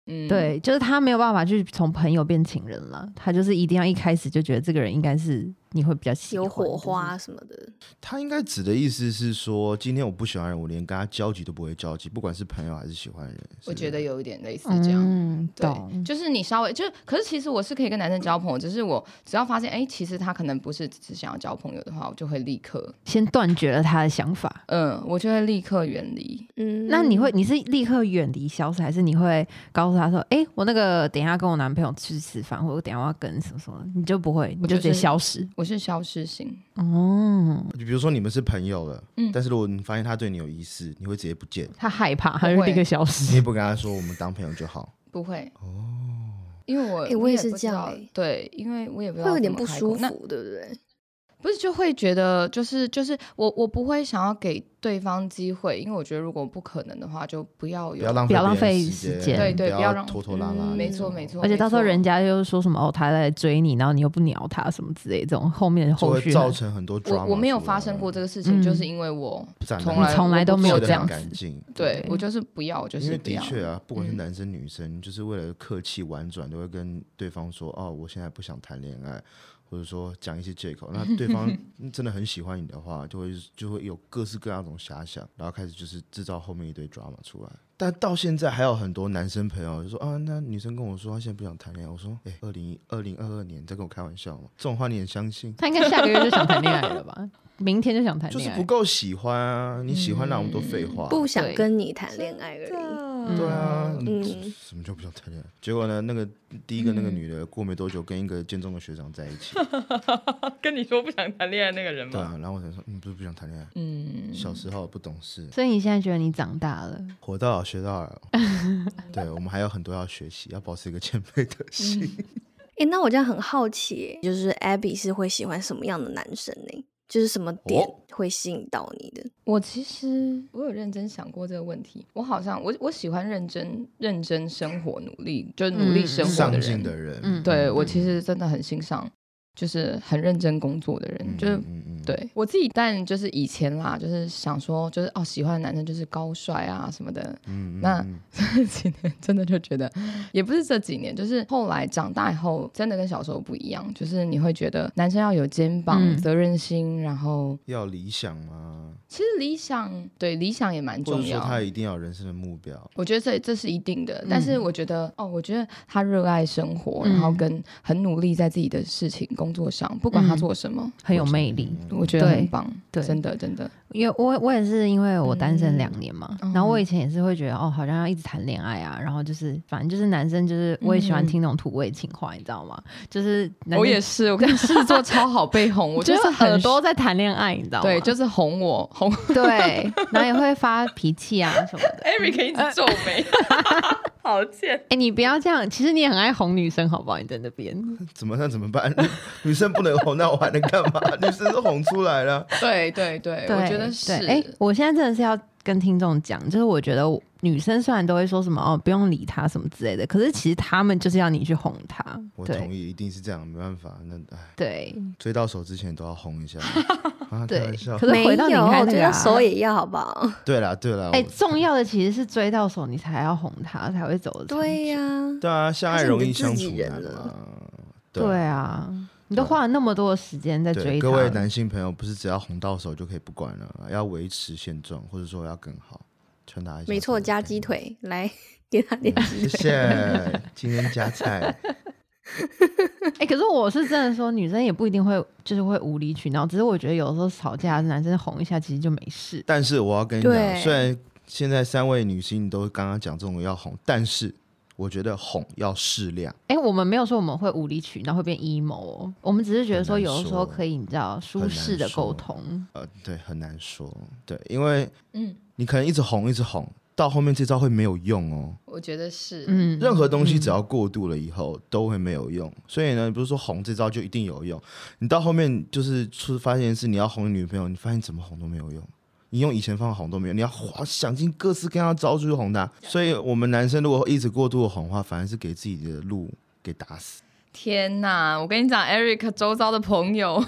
S5: 嗯，
S3: 对，就是他没有办法去从朋友变情人了，他就是一定要一开始就觉得这个人应该是你会比较喜欢，
S1: 有火，花什么的，
S4: 他应该指的意思是说，今天我不喜欢人，我连跟他交集都不会交集，不管是朋友还是喜欢人。
S5: 我
S4: 是
S5: 觉得有一点类似
S3: 就是、
S5: 这样。
S3: 嗯，
S5: 对
S3: 懂，
S5: 就是你稍微就是，可是其实我是可以跟男生交朋友，只是我只要发现，哎、其实他可能不是只是想要交朋友的话，我就会立刻，
S3: 先断绝了他的想法。
S5: 嗯，我就会立刻远离。
S1: 嗯，
S3: 那你会你是立刻远离消失，还是你会告诉他说，哎、我那个等一下跟我男朋友去吃饭，或者我等一下我要跟什么什么，你就不会，你就
S5: 就
S3: 直接
S5: 是
S3: 消失。
S5: 我是消失型，
S3: 哦，
S4: 就比如说你们是朋友了，
S5: 嗯
S4: 但是如果你发现他对你有意思，你会直接不见，
S3: 他害怕，他就立
S5: 会
S3: 刻消
S4: 你也
S3: 失。
S4: 不跟他说我们当朋友就好。
S5: 不会哦，因为我、
S1: 诶哎我也是
S5: 不知
S1: 这样
S5: 道
S1: 诶
S5: 对，因为我也不知
S1: 会嗯有
S5: 道怎
S1: 点
S5: 么
S1: 不
S5: 开
S1: 舒
S5: 口那
S1: 服，对不对？
S5: 不是就会觉得就是就是我我不会想要给对方机会，因为我觉得如果不可能的话，就不要有
S4: 不要浪
S3: 不要浪
S4: 费别人
S3: 费时间
S4: 间，
S5: 对对
S4: 不
S5: 不要让
S4: 拖拖拉拉那
S1: 嗯
S4: 种。
S5: 没错没错，
S3: 而且到时候
S5: 没错
S3: 人家又说什么哦，他在追你，然后你又不鸟他什么之类，这种后面的
S4: 就
S3: 后
S4: 会
S3: 续
S4: 造成很多 drama
S5: 我我没有发生过这
S4: 个，
S5: 个事情，就
S3: 嗯
S5: 是因为我
S4: 从
S5: 从
S3: 来
S5: 来
S3: 从来
S5: 我
S3: 都
S5: 不
S3: 没有
S5: 做
S3: 这
S5: 这
S3: 样
S5: 样
S3: 子
S4: 干净。
S5: 对
S3: 对
S5: 我就是不要，我就
S4: 因
S5: 是
S4: 为
S5: 不
S4: 的
S5: 要。
S4: 确啊，不管是
S5: 嗯
S4: 男生女生，就是为了客气婉转，都会跟对方说：“哦，我现在不想谈恋爱。”或者说讲一些借口，那对方真的很喜欢你的话，就会就会有各式各样的种遐想，然后开始就是制造后面一堆 drama 出来。但到现在还有很多男生朋友就说啊，那女生跟我说她现在不想谈恋爱，我说哎，二零二零二二年你在跟我开玩笑吗？这种话你很相信？
S3: 他应该下个月就想谈恋爱了吧？明天就想谈
S4: 就是
S3: 恋爱，
S4: 不够喜欢啊！你喜欢哪有那么多废话？啊
S1: 不想
S3: 对
S1: 跟你谈恋爱而已。
S3: 嗯
S4: 对啊，
S1: 嗯
S4: 你什么叫不想谈恋爱？结果呢，那个第一个那个女
S5: 嗯
S4: 的过没多久跟一个建中的学长在一 起，
S5: 跟你说不想谈恋爱那个人
S4: 对？啊，然后我才说，嗯，不是不想谈恋爱，
S5: 嗯，
S4: 小时候不懂事，
S3: 所以你现在觉得你长大了，
S4: 活到老学到 老。对我们还有很多要学习，要保持一个谦卑
S5: 嗯
S4: 的心。
S1: 诶，那我这样很好奇耶，就是 Abby 是会喜欢什么样的男生呢？就是什么点
S4: 哦
S1: 会吸引到你的？
S5: 我其实我有认真想过这个问题，我好像我我喜欢认真认真生活，努力就是努
S1: 嗯
S5: 力 生活的
S4: 上
S5: 人
S4: 进。的人，
S3: 嗯
S5: 对我其实真的很欣赏，就是很认真工作的人，
S4: 嗯，
S5: 就是
S4: 嗯嗯嗯
S5: 对我自己，但就是以前啦，就是想说，就是哦，喜欢的男生就是高帅啊什么的。
S4: 嗯，嗯
S5: 那
S4: 嗯
S5: 这 几年真的就觉得，也不是这几年，就是后来长大以后，真的跟小时候不一样，就是你会觉得男生要有肩膀、
S3: 嗯
S5: 责任心，然后
S4: 要理想吗？
S5: 其实理想，对理想也蛮
S4: 或者
S5: 重
S4: 说
S5: 要。
S4: 他一定要有人生的目标？
S5: 我觉得这这是一定的，但是我觉得、哦，我觉得他热爱生活，然后
S3: 嗯
S5: 跟很努力在自己的事情、工作上，不管他
S3: 嗯
S5: 做什么，
S3: 很有魅力。
S4: 嗯
S5: 我觉得很
S3: 对
S5: 棒，
S3: 对
S5: 真的真的，
S3: 因为我我也是因为我单身
S5: 嗯
S3: 两年嘛，
S5: 嗯
S3: 然后我以前也是会觉得哦，好像要一直谈恋爱啊，然后就是反正就是男生就是我也喜欢
S5: 嗯
S3: 听那种土味情话，你知道吗？就是男生
S5: 我也是，我跟狮子座超好被哄，我
S3: 就
S5: 就是是
S3: 很
S5: 很啊
S3: 多
S5: 多
S3: 在谈恋爱，你知道吗？
S5: 对， 就是哄我哄
S3: 对，然后也会发脾气啊什么 的。
S5: Eric 一直皱 眉，好贱
S3: 哎、你不要这样，其实你也很爱哄女生，好不好？你在那边，
S4: 怎么那怎么办？ 女生不能哄，那我还能干嘛？ 女生都哄出来了，
S5: 对对对，我觉得是，
S3: 对哎、我现在真的是要跟听众讲，就是我觉得我女生虽然都会说什么哦，不用理她什么之类的，可是其实她们就是要你去哄她。
S4: 我同
S3: 对
S4: 意，一定是这样，没办法。那哎，
S3: 对
S4: 追到手之前都要哄一 下啊！开
S3: 对
S4: 玩笑哎
S3: 可是回到你
S1: 没
S3: 看
S1: 有，
S3: 那
S1: 追
S3: 个、
S1: 到
S3: 啊，
S1: 手也要好不好？
S4: 对啦对啦，
S3: 哎、
S4: 我
S3: 重要的其实是追到手，你才要哄她，才会走的。
S1: 对、呀、
S4: 对啊，相
S1: 他
S4: 爱
S1: 是
S4: 容
S1: 你的
S4: 易相
S1: 自己
S4: 处
S1: 人
S4: 难 啊
S1: 了
S4: 嘛。
S3: 对啊，你都花了那么多的时间在
S4: 对，
S3: 追
S4: 各位
S3: 她。
S4: 男性朋友，不是只要哄到手就可以不管了，要维持现状，或者说要更好，传达一下。
S1: 没错，加鸡。腿来给他点
S4: 谢谢， 今天加菜。
S3: 哎、可是我是真的说，女生也不一定会就是会无理取闹，只是我觉得有时候吵架，男生哄一下其实就没事。
S4: 但是我要跟你讲，
S1: 对
S4: 虽然现在三位女性都刚刚讲这种要哄，但是我觉得哄要适量，
S3: 哎、我们没有说我们会无理取闹，会变 emo 哦。我们只是觉得说，有的时候可以，你知道，舒适的沟通。
S4: 呃，对，很难说，对，因为
S5: 嗯，
S4: 你可能一直哄，一直哄，到后面这招会没有用哦。
S5: 我觉得是，
S3: 嗯，
S4: 任何东西只要过度了以后都会没有用，所以呢，不是说哄这招就一定有用。你到后面就是出发现是你要哄你女朋友，你发现怎么哄都没有用，你用以前方法哄都没有，你要花想尽各式各样的招数去哄她。所以我们男生如果一直过度的哄的话，反而是给自己的路给打死。
S5: 天哪，我跟你讲，Eric 周遭的朋友，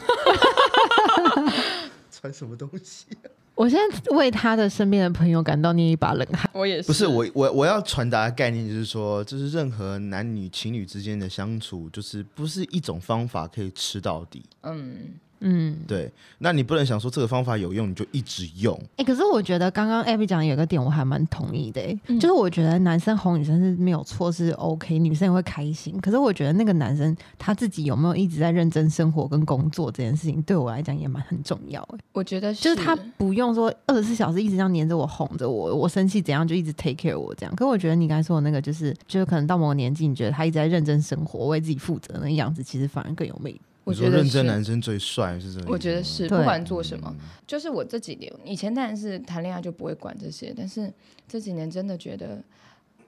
S4: 穿什么东西？
S3: 我现在为他的身边的朋友感到捏一把冷汗。
S5: 我也是，
S4: 不是我，我我要传达的概念就是说，就是任何男女情侣之间的相处，就是不是一种方法可以吃到底。
S5: 嗯，
S3: 嗯，
S4: 对，那你不能想说这个方法有用，你就一直用。
S3: 哎、可是我觉得刚刚 Abby 讲的有一个点，我还蛮同意的、欸就是我觉得男生哄女生是没有错，是 OK，女生也会开心。可是我觉得那个男生他自己有没有一直在认真生活跟工作这件事情，对我来讲也蛮很重要、欸。
S5: 我觉得
S3: 就是他不用说二十四小时一直这样黏着我、哄着我，我生气怎样就一直 take care 我这样。可我觉得你刚才说的那个，就是就是可能到某个年纪，你觉得他一直在认真生活、为自己负责那个样子，其实反而更有魅力。
S5: 我
S4: 你
S5: 觉
S4: 说
S5: 得
S4: 认真
S5: 是
S4: 男生最帅是这个？
S5: 我觉得是，
S3: 对
S5: 不管做什么，就是我这几年，以前当然是谈恋爱就不会管这些，但是这几年真的觉得，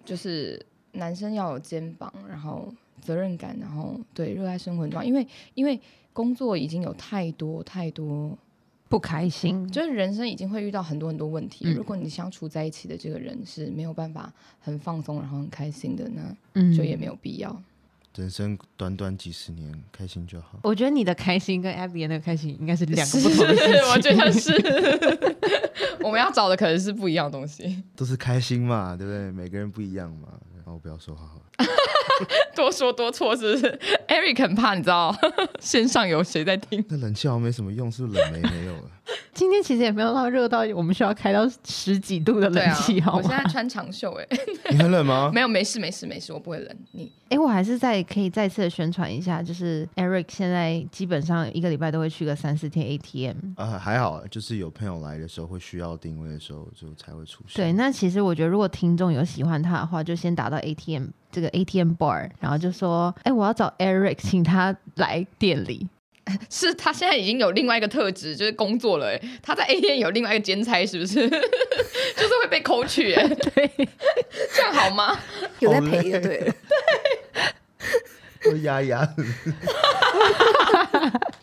S5: 就是男生要有肩膀，然后责任感，然后对热爱生活很重要，因为因为工作已经有太多太多，
S3: 不开心，
S5: 就是人生已经会遇到很多很多问题。
S3: 嗯
S5: 如果你相处在一起的这个人是没有办法很放松，然后很开心的，那
S3: 嗯
S5: 就也没有必要。
S4: 人生短短几十年，开心就好。
S3: 我觉得你的开心跟 Abby 的那个开心应该是两个
S5: 是
S3: 不同的事情。
S5: 我觉得是， 我们要找的可能是不一样的东西。
S4: 都是开心嘛，对不对？每个人不一样嘛。然后不要说话好了，
S5: 多说多错是不是 ？Eric 很怕，你知道， 线上有谁在听？
S4: 那冷气好像没什么用，是不是冷媒没 有了？
S3: 今天其实也没有到热到我们需要开到十几度的
S5: 对
S3: 冷
S5: 啊
S3: 气，，好
S5: 我现
S3: 吗？
S5: 在穿长袖哎、
S4: 你很冷吗？
S5: 没有，没事没事没事，我不会冷你。
S3: 哎、我还是再可以再次的宣传一下，就是 Eric 现在基本上一个礼拜都会去个三四天 ATM。
S4: 啊，还好，就是有朋友来的时候会需要定位的时候，就才会出现。
S3: 对，那其实我觉得，如果听众有喜欢他的话，就先打到 ATM 这个 ATM bar，然后就说：“哎、我要找 Eric，请他来店里。
S5: 是他现在已经有另外一个特质，就是工作了、欸。他在 A 店有另外一个兼差，是不是？ 就是会被抠去、 欸，
S3: 对，
S5: 这样好吗？
S1: 有在
S4: 好
S1: 陪就
S4: 累
S1: 对了。
S4: 那压一压，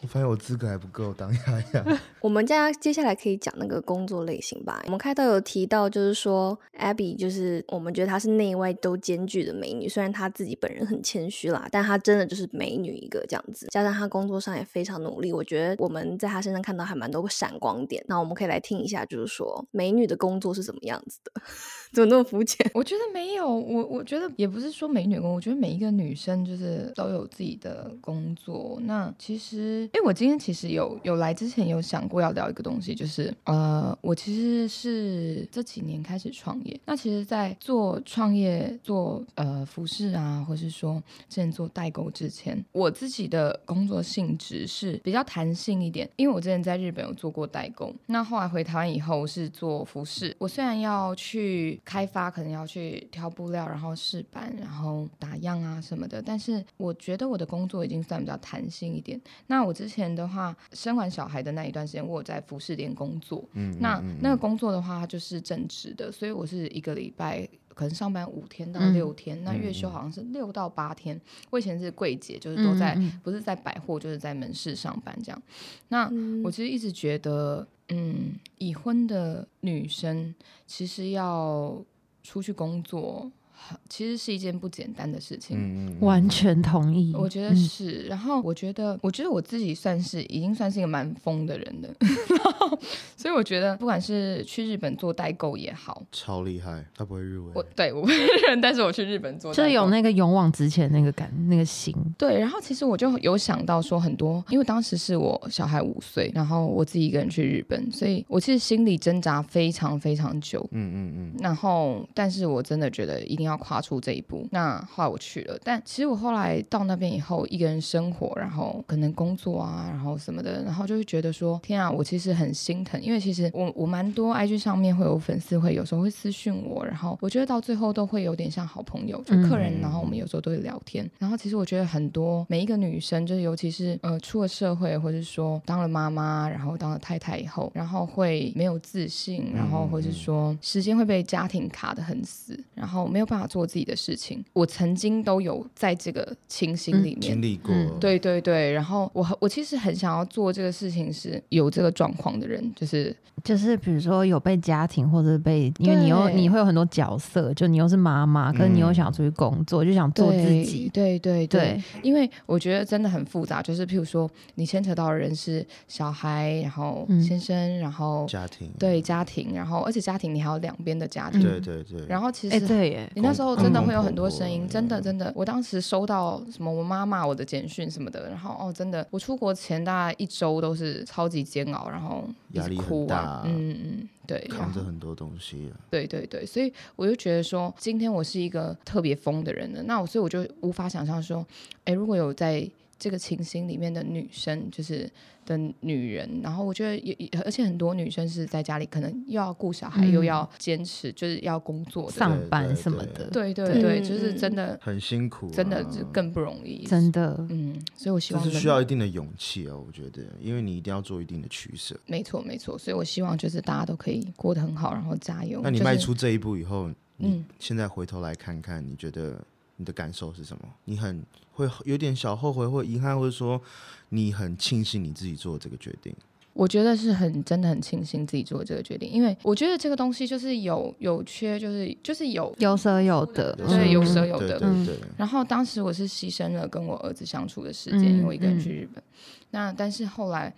S4: 我发现我资格还不够当丫丫，
S1: 我们家接下来可以讲那个工作类型吧。我们开头有提到，就是说 Abby，就是我们觉得她是内外都兼具的美女，虽然她自己本人很谦虚啦，但她真的就是美女一个这样子。加上她工作上也非常努力，我觉得我们在她身上看到还蛮多闪光点。那我们可以来听一下，就是说美女的工作是怎么样子的？ 怎么那么肤浅？
S5: 我觉得没有，我我觉得也不是说美女工，我觉得每一个女生就是都有自己的工作。那其实，因为我今天其实有有来之前有想过要聊一个东西，就是呃，我其实是这几年开始创业。那其实，在做创业、做呃服饰啊，或是说之前做代购之前，我自己的工作性质是比较弹性一点，因为我之前在日本有做过代购，那后来回台湾以后是做服饰。我虽然要去开发，可能要去挑布料，然后试版，然后打样啊什么的，但是我觉得我的工作已经算比较弹性一点。那我之前的话，生完小孩的那一段时间，我有在服饰店工作，
S4: 嗯，
S5: 那
S4: 嗯嗯
S5: 那个
S4: 嗯
S5: 工作的话，它就是正职的，所以我是一个礼拜可能上班五天到
S3: 嗯
S5: 六天，那
S4: 嗯
S5: 月休
S4: 嗯
S5: 好像是六到八天。我以前是柜姐，就是都在、
S3: 嗯嗯嗯
S5: 不是在百货就是在门市上班这样。那
S3: 嗯
S5: 我其实一直觉得，嗯，已婚的女生其实要出去工作，很其实是一件不简单的事情。
S4: 嗯嗯嗯
S3: 完全同意。
S5: 我觉得
S3: 嗯
S5: 是，然后我觉得，我觉得我自己算是已经算是一个蛮疯的 人了，然后所以我觉得，不管是去日本做代购也好，
S4: 嗯超厉害，他不会日文，
S5: 我对我不是日本，但是我去日本做代
S3: 就是有
S5: 购
S3: 那个勇往直前那个感，那个心。
S5: 对，然后其实我就有想到说很多，因为当时是我小孩五岁，然后我自己一个人去日本，所以我其实心里挣扎非常非常久，
S4: 嗯嗯嗯，
S5: 然后，但是我真的觉得一定要跨出这一步。那后来我去了，但其实我后来到那边以后，一个人生活，然后可能工作啊，然后什么的，然后就会觉得说，天啊，我其实很心疼，因为其实我我蛮多 IG 上面会有粉丝会有时候会私讯我，然后我觉得到最后都会有点像好朋友，就客人，
S4: 嗯
S5: 然后我们有时候都会聊天。然后其实我觉得很多每一个女生，就是尤其是呃出了社会，或者是说当了妈妈，然后当了太太以后，然后会没有自信，然后
S4: 嗯
S5: 或是说。说时间会被家庭卡得很死，然后没有办法做自己的事情。我曾经都有在这个情形里面。
S4: 经历过，
S3: 嗯
S5: 对对对，然后我很我其实很想要做这个事情，是有这个状况的人，就是
S3: 就是比如说有被家庭或者被，因为你又
S5: 对
S3: 你会有很多角色，就你又是妈妈，可是你又
S4: 嗯
S3: 想出去工作，就想做自己。
S5: 对对对
S3: 对，
S5: 因为我觉得真的很复杂，就是譬如说你牵扯到的人是小孩，然后
S3: 嗯
S5: 先生，然后
S4: 家庭，
S5: 对家庭，然后而且家庭你还有两边的家庭，
S4: 对对对，
S5: 然
S4: 后
S5: 后其
S3: 哎、
S5: 实
S3: 对耶，
S5: 你那时候真的会有很多声
S4: 公
S5: 音，
S4: 公
S5: 真的
S4: 婆婆
S5: 真的，我当时收到什么我妈骂我的简讯什么的，然后哦真的，我出国前大概一周都是超级煎熬，然后一
S4: 压
S5: 直
S4: 力很
S5: 哭
S4: 大
S5: 啊，嗯嗯对，然
S4: 扛
S5: 后
S4: 着很多东西啊，
S5: 对对对，所以我就觉得说，今天我是一个特别疯的人了，那我所以我就无法想象说，哎，如果有在这个情形里面的女生，就是的女人，然后我觉得也，也而且很多女生是在家里可能又要顾小孩，
S3: 嗯
S5: 又要坚持，就是要工作的。
S3: 上班
S4: 对
S3: 什么
S4: 对
S3: 的，
S5: 对对
S1: 对
S5: 对，
S1: 嗯
S5: 就是
S1: 嗯
S5: 真的，
S4: 很辛苦啊，
S5: 真的是更不容易。
S3: 真的，
S5: 嗯，所以我希
S4: 这
S5: 望
S4: 是
S5: 能
S4: 需要一定的勇气啊，我觉得，因为你一定要做一定的取舍。
S5: 没错没错，所以我希望就是大家都可以过得很好，然后加油。
S4: 那你迈出这一步以后，你
S5: 嗯
S4: 现在回头来看看，你觉得你的感受是什么？你很会有点小后悔或遗憾，或者说你很庆幸你自己做这个决定。
S5: 就是，我觉得是很真的很庆幸自己做这个决定，因为我觉得这个东西就是有有缺，就是就是有
S3: 有舍有得，
S5: 对有舍有
S4: 对
S5: 得。
S3: 嗯
S4: 对对，
S5: 然后当时我是牺牲了跟我儿子相处的时间，
S3: 嗯
S5: 因为我一个人去日本。那但是后来，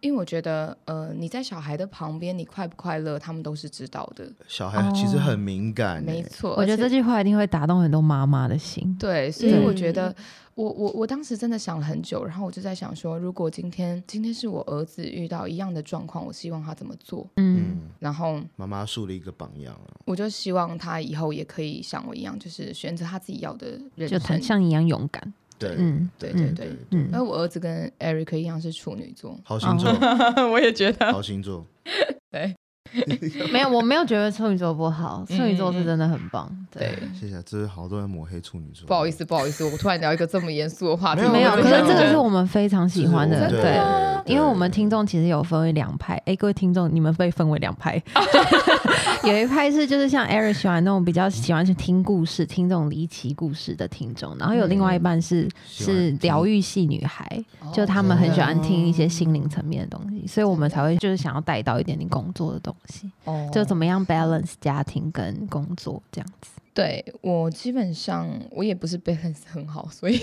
S5: 因为我觉得，呃，你在小孩的旁边，你快不快乐，他们都是知道的。
S4: 小孩其实很敏感、欸，
S5: 哦没错，
S3: 我觉得
S5: 而且
S3: 这句话一定会打动很多妈妈的心。
S5: 对，所以我觉
S1: 嗯
S5: 得我我我当时真的想了很久，然后我就在想说，如果今天今天是我儿子遇到一样的状况，我希望他怎么做？
S3: 嗯，
S4: 嗯，
S5: 然后
S4: 妈妈树了一个榜样啊，
S5: 我就希望他以后也可以像我一样，就是选择他自己要的人
S3: 就
S5: 生
S3: 很。像你一样勇敢。
S4: 对，
S3: 嗯，
S5: 对
S4: 对，
S5: 对
S3: 嗯
S5: 对，
S3: 嗯
S5: 而我儿子 跟 Eric 一样是处女座
S3: 哦
S4: 好星座，
S5: 我也觉得
S4: 好星座，
S5: 对。
S3: 没有，我没有觉得处女座不好，处女座
S5: 嗯嗯
S3: 是真的很棒。对，
S5: 对，
S4: 谢谢，这是好多人抹黑处女座。
S5: 不好意思，不好意思，我突然聊一个这么严肃的话题，
S4: 没有
S3: 没有，
S5: 我
S3: 可
S5: 就觉
S3: 是
S5: 得
S3: 这个是我们非常喜欢的，
S4: 这是我
S3: 对。
S4: 对
S3: 因为我们听众其实有分为两派，哎，各位听众，你们被分为两 派，有一派是就是像 Eric 喜欢那种比较喜欢去听故事、听这种离奇故事的听众，然后有另外一半是、
S5: 嗯
S4: 喜欢
S3: 是
S4: 听
S3: 疗愈系女孩，
S5: 哦
S3: 就他们很喜欢听一些心灵层面的东西，所以我们才会就是想要带到一点点工作的东西，
S5: 哦
S3: 就怎么样 balance 家庭跟工作这样子。
S5: 对我基本上我也不是 balance 很好，所以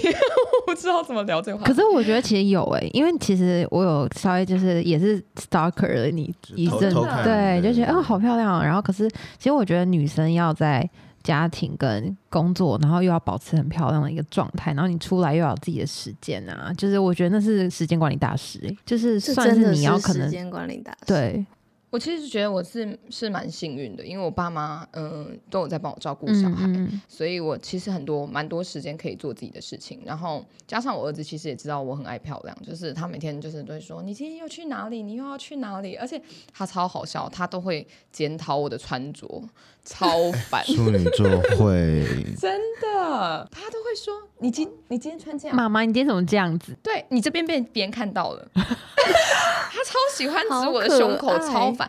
S5: 我不知道怎么聊这个话题。
S3: 可是我觉得其实有诶、因为其实我有稍微就是也是 stalker 了你
S4: 就是
S3: 一
S4: 偷
S3: 阵子
S4: 偷，看
S3: 对，
S4: 对
S3: 就觉得哦好漂亮哦。然后可是其实我觉得女生要在家庭跟工作，然后又要保持很漂亮的一个状态，然后你出来又要有自己的时间啊，就是我觉得那是时间管理大师欸、就是
S1: 这
S3: 算
S1: 真的
S3: 你要
S1: 是
S3: 可
S1: 时
S3: 能
S1: 间管理大师，
S3: 对，
S5: 我其实觉得我是是蛮幸运的，因为我爸妈嗯、呃都有在帮我照顾小
S3: 嗯
S5: 孩，
S3: 嗯，
S5: 所以我其实很多蛮多时间可以做自己的事情。然后加上我儿子其实也知道我很爱漂亮，就是他每天就是都会说你今天又去哪里，你又要去哪里，而且他超好笑，他都会检讨我的穿着，超 烦。
S4: 处女座 会，
S5: 真的，他都会说你今你今天穿这样，
S3: 妈妈你今天怎么这样子？
S5: 对你这边被别人看到了， 他超喜欢指我的
S1: 好可
S5: 胸口，
S1: 爱
S5: 超烦。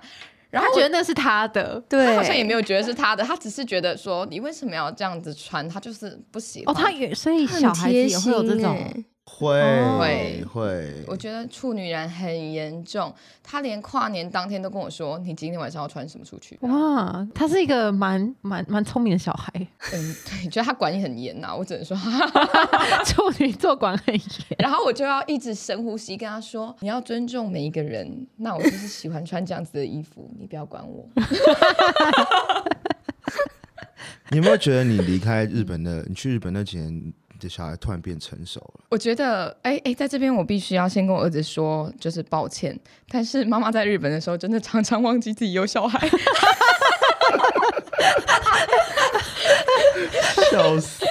S5: 然
S3: 他
S5: 后我
S3: 觉得那是他的，
S1: 对，
S5: 他好像也没有觉得是他的，他只是觉得说你为什么要这样子穿，他就是不喜
S3: 哦，
S5: 欢。
S3: 他也所以
S1: 很
S3: 小孩子
S1: 贴
S3: 也会有这
S1: 心
S3: 种。
S1: 欸
S4: 会
S5: 会
S4: 会，
S5: 我觉得处女男很严重，他连跨年当天都跟我说你今天晚上要穿什么出去。
S3: 哇，他是一个蛮蛮蛮聪明的小孩，
S5: 嗯，对，觉得他管你很严呐、我只能说。
S3: 处女座管很严。
S5: 然后我就要一直深呼吸，跟他说你要尊重每一个人。那我就是喜欢穿这样子的衣服，你不要管我。
S4: 你有没有觉得你离开日本的， 你去日本那几年，你的小孩突然变成熟了？
S5: 我觉得，哎、哎、在这边我必须要先跟我儿子说，就是抱歉。但是妈妈在日本的时候，真的常常忘记自己有小孩。
S4: 笑死！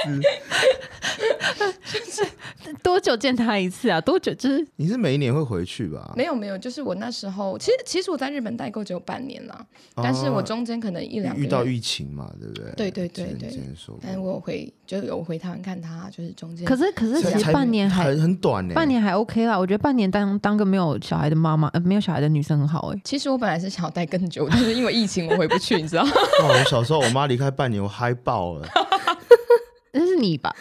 S3: 多久见他一次啊？多久就是
S4: 你是每一年会回去吧？
S5: 没有没有，就是我那时候，其实其实我在日本代购只有半年啦，但是我
S4: 哦
S5: 中间可能一两个
S4: 遇到
S5: 月，
S4: 疫情嘛，对不对？
S5: 对对对
S4: 之前
S5: 对
S4: 之前说过，
S5: 但我有回就有回台湾看他，就是中间。
S3: 可是可是
S4: 才
S3: 其实
S4: 才
S3: 半年还
S4: 很很短呢，
S3: 半年还 OK 啦，我觉得半年当当个没有小孩的妈妈、呃，没有小孩的女生很好哎、
S5: 其实我本来是想要待更久，但 是因为疫情我回不去，你 知道？
S4: 哇！哦我小时候我妈离开半年，我嗨爆了，
S3: 那是你吧？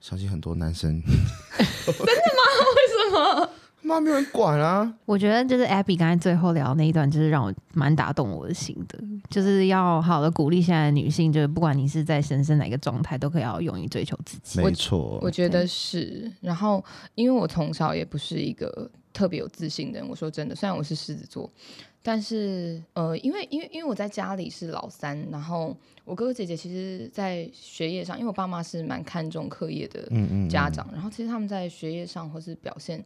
S4: 相信很多男生。真的吗？为什 么？妈没有人管啊！
S3: 我觉得就是 Abby 刚才最后聊的那一段，就是让我蛮打动我的心的，就是要好的鼓励现在的女性，就是不管你是在人生哪个状态，都可以要勇于追求自己。
S4: 没错，
S5: 我觉得是。然后，因为我从小也不是一个特别有自信的人，我说真的，虽然我是狮子座，但是呃，因为因为因为我在家里是老三，然后我哥哥姐姐其实，在学业上，因为我爸妈是蛮看重课业的
S4: 嗯嗯，嗯
S5: 家，长，然后其实他们在学业上或是表现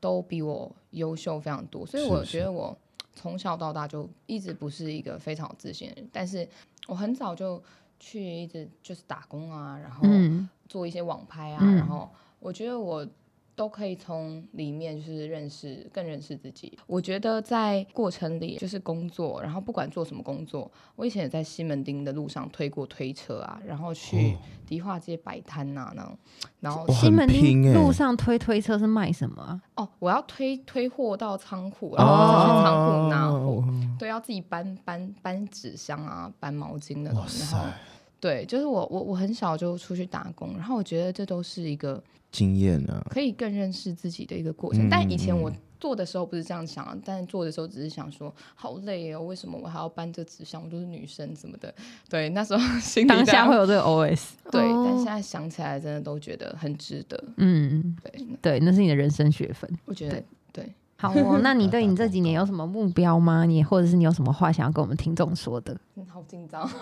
S5: 都比我优秀非常多，所以
S4: 是
S5: 我
S4: 是
S5: 觉得我从小到大就一直不是一个非常有自信的人，但是我很早就去一直就是打工啊，然后。
S3: 嗯，
S5: 做一些网拍啊，
S3: 嗯
S5: 然后我觉得我都可以从里面就是认识更认识自己。我觉得在过程里就是工作，然后不管做什么工作，我以前也在西门町的路上推过推车啊，然后去
S4: 哦
S5: 迪化街摆摊呐、那种，然后
S4: 哇
S3: 西门
S4: 很拼
S3: 町
S4: 欸
S3: 路上推推车是卖什么啊、
S5: 哦，我要推推货到仓库，然后再去仓库拿货
S4: 哦，，
S5: 对，要自己搬搬搬纸箱啊，搬毛巾那种
S4: 哇，
S5: 然后
S4: 塞，
S5: 对，就是我我我很小就出去打工，然后我觉得这都是一个。
S4: 经验啊！
S5: 可以更认识自己的一个过程。
S4: 嗯
S5: 但以前我
S4: 嗯
S5: 做的时候不是这样想啊，但做的时候只是想说，好累哦，为什么我还要搬这纸箱？我都是女生什么的。对，那时候心里
S3: 当
S5: 这样
S3: 下会有这个 OS，
S5: 对，
S1: 哦
S5: 但现在想起来真的都觉得很值得。
S3: 嗯，
S5: 对，
S3: 对，那是你的人生学分。
S5: 我觉得对。
S3: 好 哦，那你对你这几年有什么目标吗？你或者是你有什么话想要跟我们听众说 的？
S5: 嗯好紧张，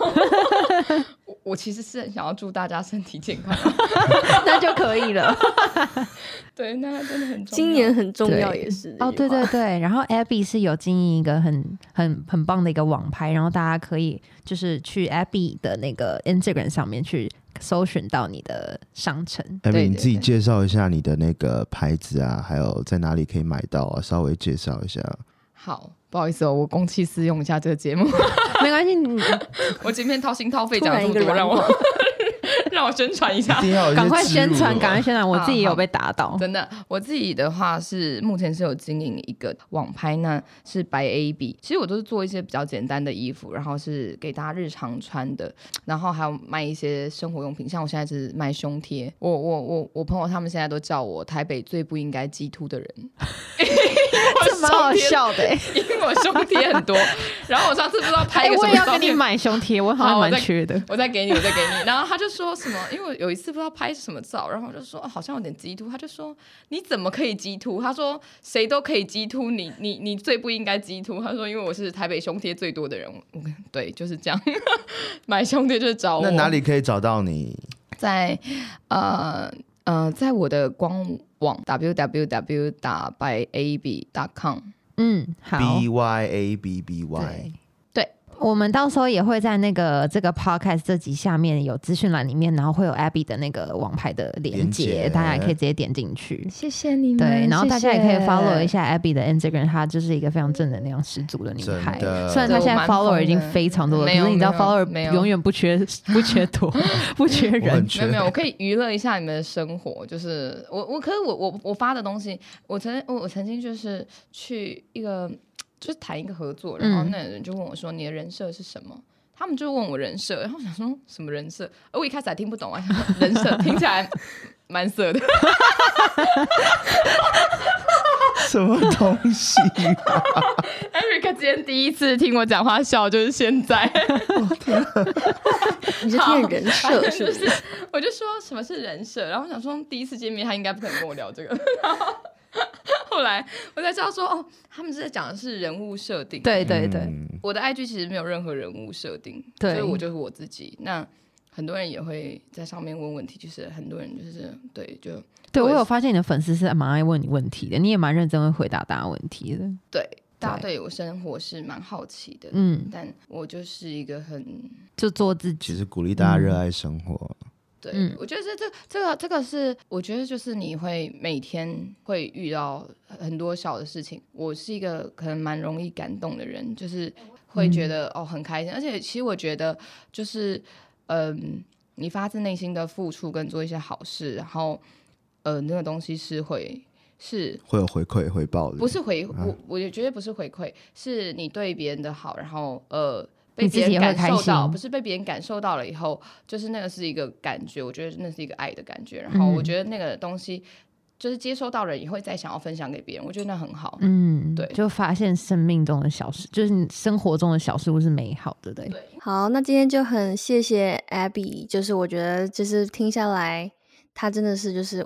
S5: 我我其实是很想要祝大家身体健康，
S3: 那就可以了。
S5: 对，那真的很重要。
S1: 今年很重要，
S3: 对
S1: 也是欸
S3: 哦，对对，对，然后 Abby 是有经营一个很很很棒的一个网拍，然后大家可以就是去 Abby 的那个 Instagram 上面去搜寻到你的商 城。
S4: 艾
S5: 对
S4: 米，你
S5: 对
S4: 自己
S5: 对
S4: 介绍一下你的那个牌子啊，还有在哪里可以买到啊？稍微介绍一下。
S5: 好，不好意思哦，我公器私用一下这个节目，
S3: 没关系，你
S5: 我前面掏心掏肺
S1: 突
S5: 讲了
S1: 然
S5: 这
S1: 一
S5: 么
S1: 个
S5: 多，
S1: 软
S5: 让
S1: 化
S5: 我让我宣传一下
S4: 一。定要有一些
S3: 赶快
S4: 植入哦
S3: 宣
S4: 的
S3: 传，
S4: 吧
S3: 赶快宣传，我
S5: 啊
S3: 自己
S5: 好
S3: 有被打倒。
S5: 真的，我自己的话是目前是有经营一个网拍，那是白 A B。其实我都是做一些比较简单的衣服，然后是给大家日常穿的，然后还有卖一些生活用品，像我现在是卖胸贴。我我我我朋友他们现在都叫我台北最不应该鸡突的人，
S3: 这蛮好笑的、欸。
S5: 因为我胸贴 很多。然后我上次不知道拍
S3: 哎、
S5: 一个什
S3: 我
S5: 么
S3: 也要
S5: 照
S3: 跟你
S5: 片
S3: 买胸贴，我好像
S5: 好我
S3: 蛮
S5: 再
S3: 缺的。
S5: 我再给你，我再给你。然后他就说什么，因为我有一次不知道拍什么照，然后我就说、哦、好像有点激突，他就说你怎么可以激突？他说谁都可以激突，你你你最不应该激突。他说因为我是台北胸贴最多的人，我我跟对就是这样， 买胸贴就是找我。
S4: 那哪里可以找到你？
S5: 在呃呃，在我的官网 www 打 by a b com。
S3: 嗯，好。
S4: B Y A B B Y，
S3: 对我们到时候也会在那个这个 podcast 这集下面有资讯栏里面，然后会有 Abby 的那个网牌的连
S4: 连
S3: 接，
S4: 结
S3: 大家也可以直接点进去。
S5: 谢谢你们
S3: 对，然后大家也可以 follow 一
S5: 下。
S3: 下 Abby 的 Instagram，她就是一个非常正能量十足的女孩
S4: 真。的
S3: 虽然她现在
S5: 对我蛮疯
S3: follower
S5: 的
S3: 已经非常多了，可
S5: 没有
S3: 是你知道
S5: 没有
S3: follower
S5: 没有
S3: 永远不缺 不缺 多，不缺
S4: 我很
S3: 人。
S5: 没有
S4: 缺
S5: 没有，我可以娱乐一下你们的生活，就是我我可是我我我发的东西，我曾我我曾经就是去一个就是谈一个合作，然后
S3: 嗯
S5: 那人就问我说你的人设是什么？他们就问我人 设，然后我想说什么人设？而我一开始还听不懂啊，想说人设听起来蛮色的，
S4: 什么东西？
S5: Eric 今天第一次听我讲话笑，就是现在。
S1: 你 是听人
S5: 反
S1: 设
S5: 正
S1: 是
S5: 就
S1: 不是？
S5: 是，我就说什么是人设，然后我想说第一次见面他应该不可能跟我聊这个， 然后后来我才知道说哦，他们是在讲的是人物设定。，
S3: 对 对对，
S4: 嗯
S5: 我的 IG 其实没有任何人物设定，
S3: 对
S5: 所以我就是我自己。那很多人也会在上面问问题，就是很多人就是对就
S3: 对
S5: 我
S3: 我
S5: 也
S3: 有
S5: 是
S3: 发现你的粉丝是蛮爱问你问题的，你也蛮认真会回答大家问题的。
S5: 对大家对我生活是蛮好奇的，
S3: 嗯，
S5: 但我就是一个很
S3: 就做自己。
S4: 其实鼓励大家热爱生活，
S5: 对，
S3: 嗯
S5: 我觉得这这这个这个是，我觉得就是你会每天会遇到很多小的事情。我是一个可能蛮容易感动的人，就是会觉得、哦很开心，而且其实我觉得就是嗯，你发自内心的付出跟做一些好事，然后呃那个东西是会是
S4: 会有回馈回报的。
S5: 不是回
S3: 啊
S5: 我我也觉得不是回馈，是你对别人的好，然后呃。被
S3: 你自己
S5: 别人
S3: 也会
S5: 感
S3: 开
S5: 受到，
S3: 心
S5: 不是被别人感受到了以后，就是那个是一个感觉，我觉得那是一个爱的感觉。然后我
S3: 嗯
S5: 觉得那个东西，就是接收到人也会再想要分享给别人，我觉得那很好。
S3: 嗯，
S5: 对
S3: 就发现生命中的小事，就是你生活中的小事物是美好的，对。
S1: 好，那今天就很谢谢 Abby，就是我觉得就是听下来，她真的是就是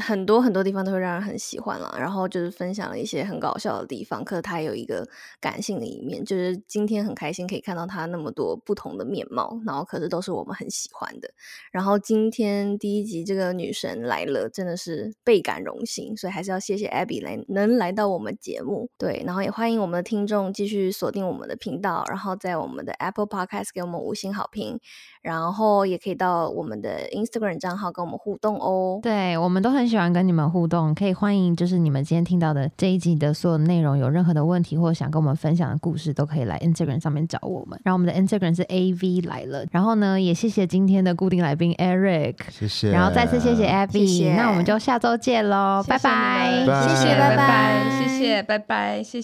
S1: 很多很多地方都会让人很喜欢了，然后就是分享了一些很搞笑的地方，可是她也有一个感性的一面，就是今天很开心可以看到她那么多不同的面貌，然后可是都是我们很喜欢的。然后今天第一集这个女神来了，真的是倍感荣幸，所以还是要谢谢 Abby 来能来到我们节目，对，然后也欢迎我们的听众继续锁定我们的频道，然后在我们的 Apple Podcast 给我们五星好评，然后也可以到我们的 Instagram 账号跟我们互动哦。
S3: 对，我们都很喜欢跟你们互动，可以欢迎就是你们今天听到的这一集的所有内容，有任何的问题或者想跟我们分享的故事，都可以来 Instagram 上面找我们。然后我们的 Instagram 是 AV 来了，然后呢，也谢谢今天的固定来宾 Eric，
S4: 谢谢。
S3: 然后再次谢谢
S1: 谢
S3: Abby，
S1: 谢
S3: 那我们就下周见喽，拜拜。
S5: 谢谢你们，
S4: 拜
S1: 拜
S5: 谢谢，
S1: 拜
S5: 拜拜，谢谢，拜拜，谢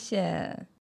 S5: 谢。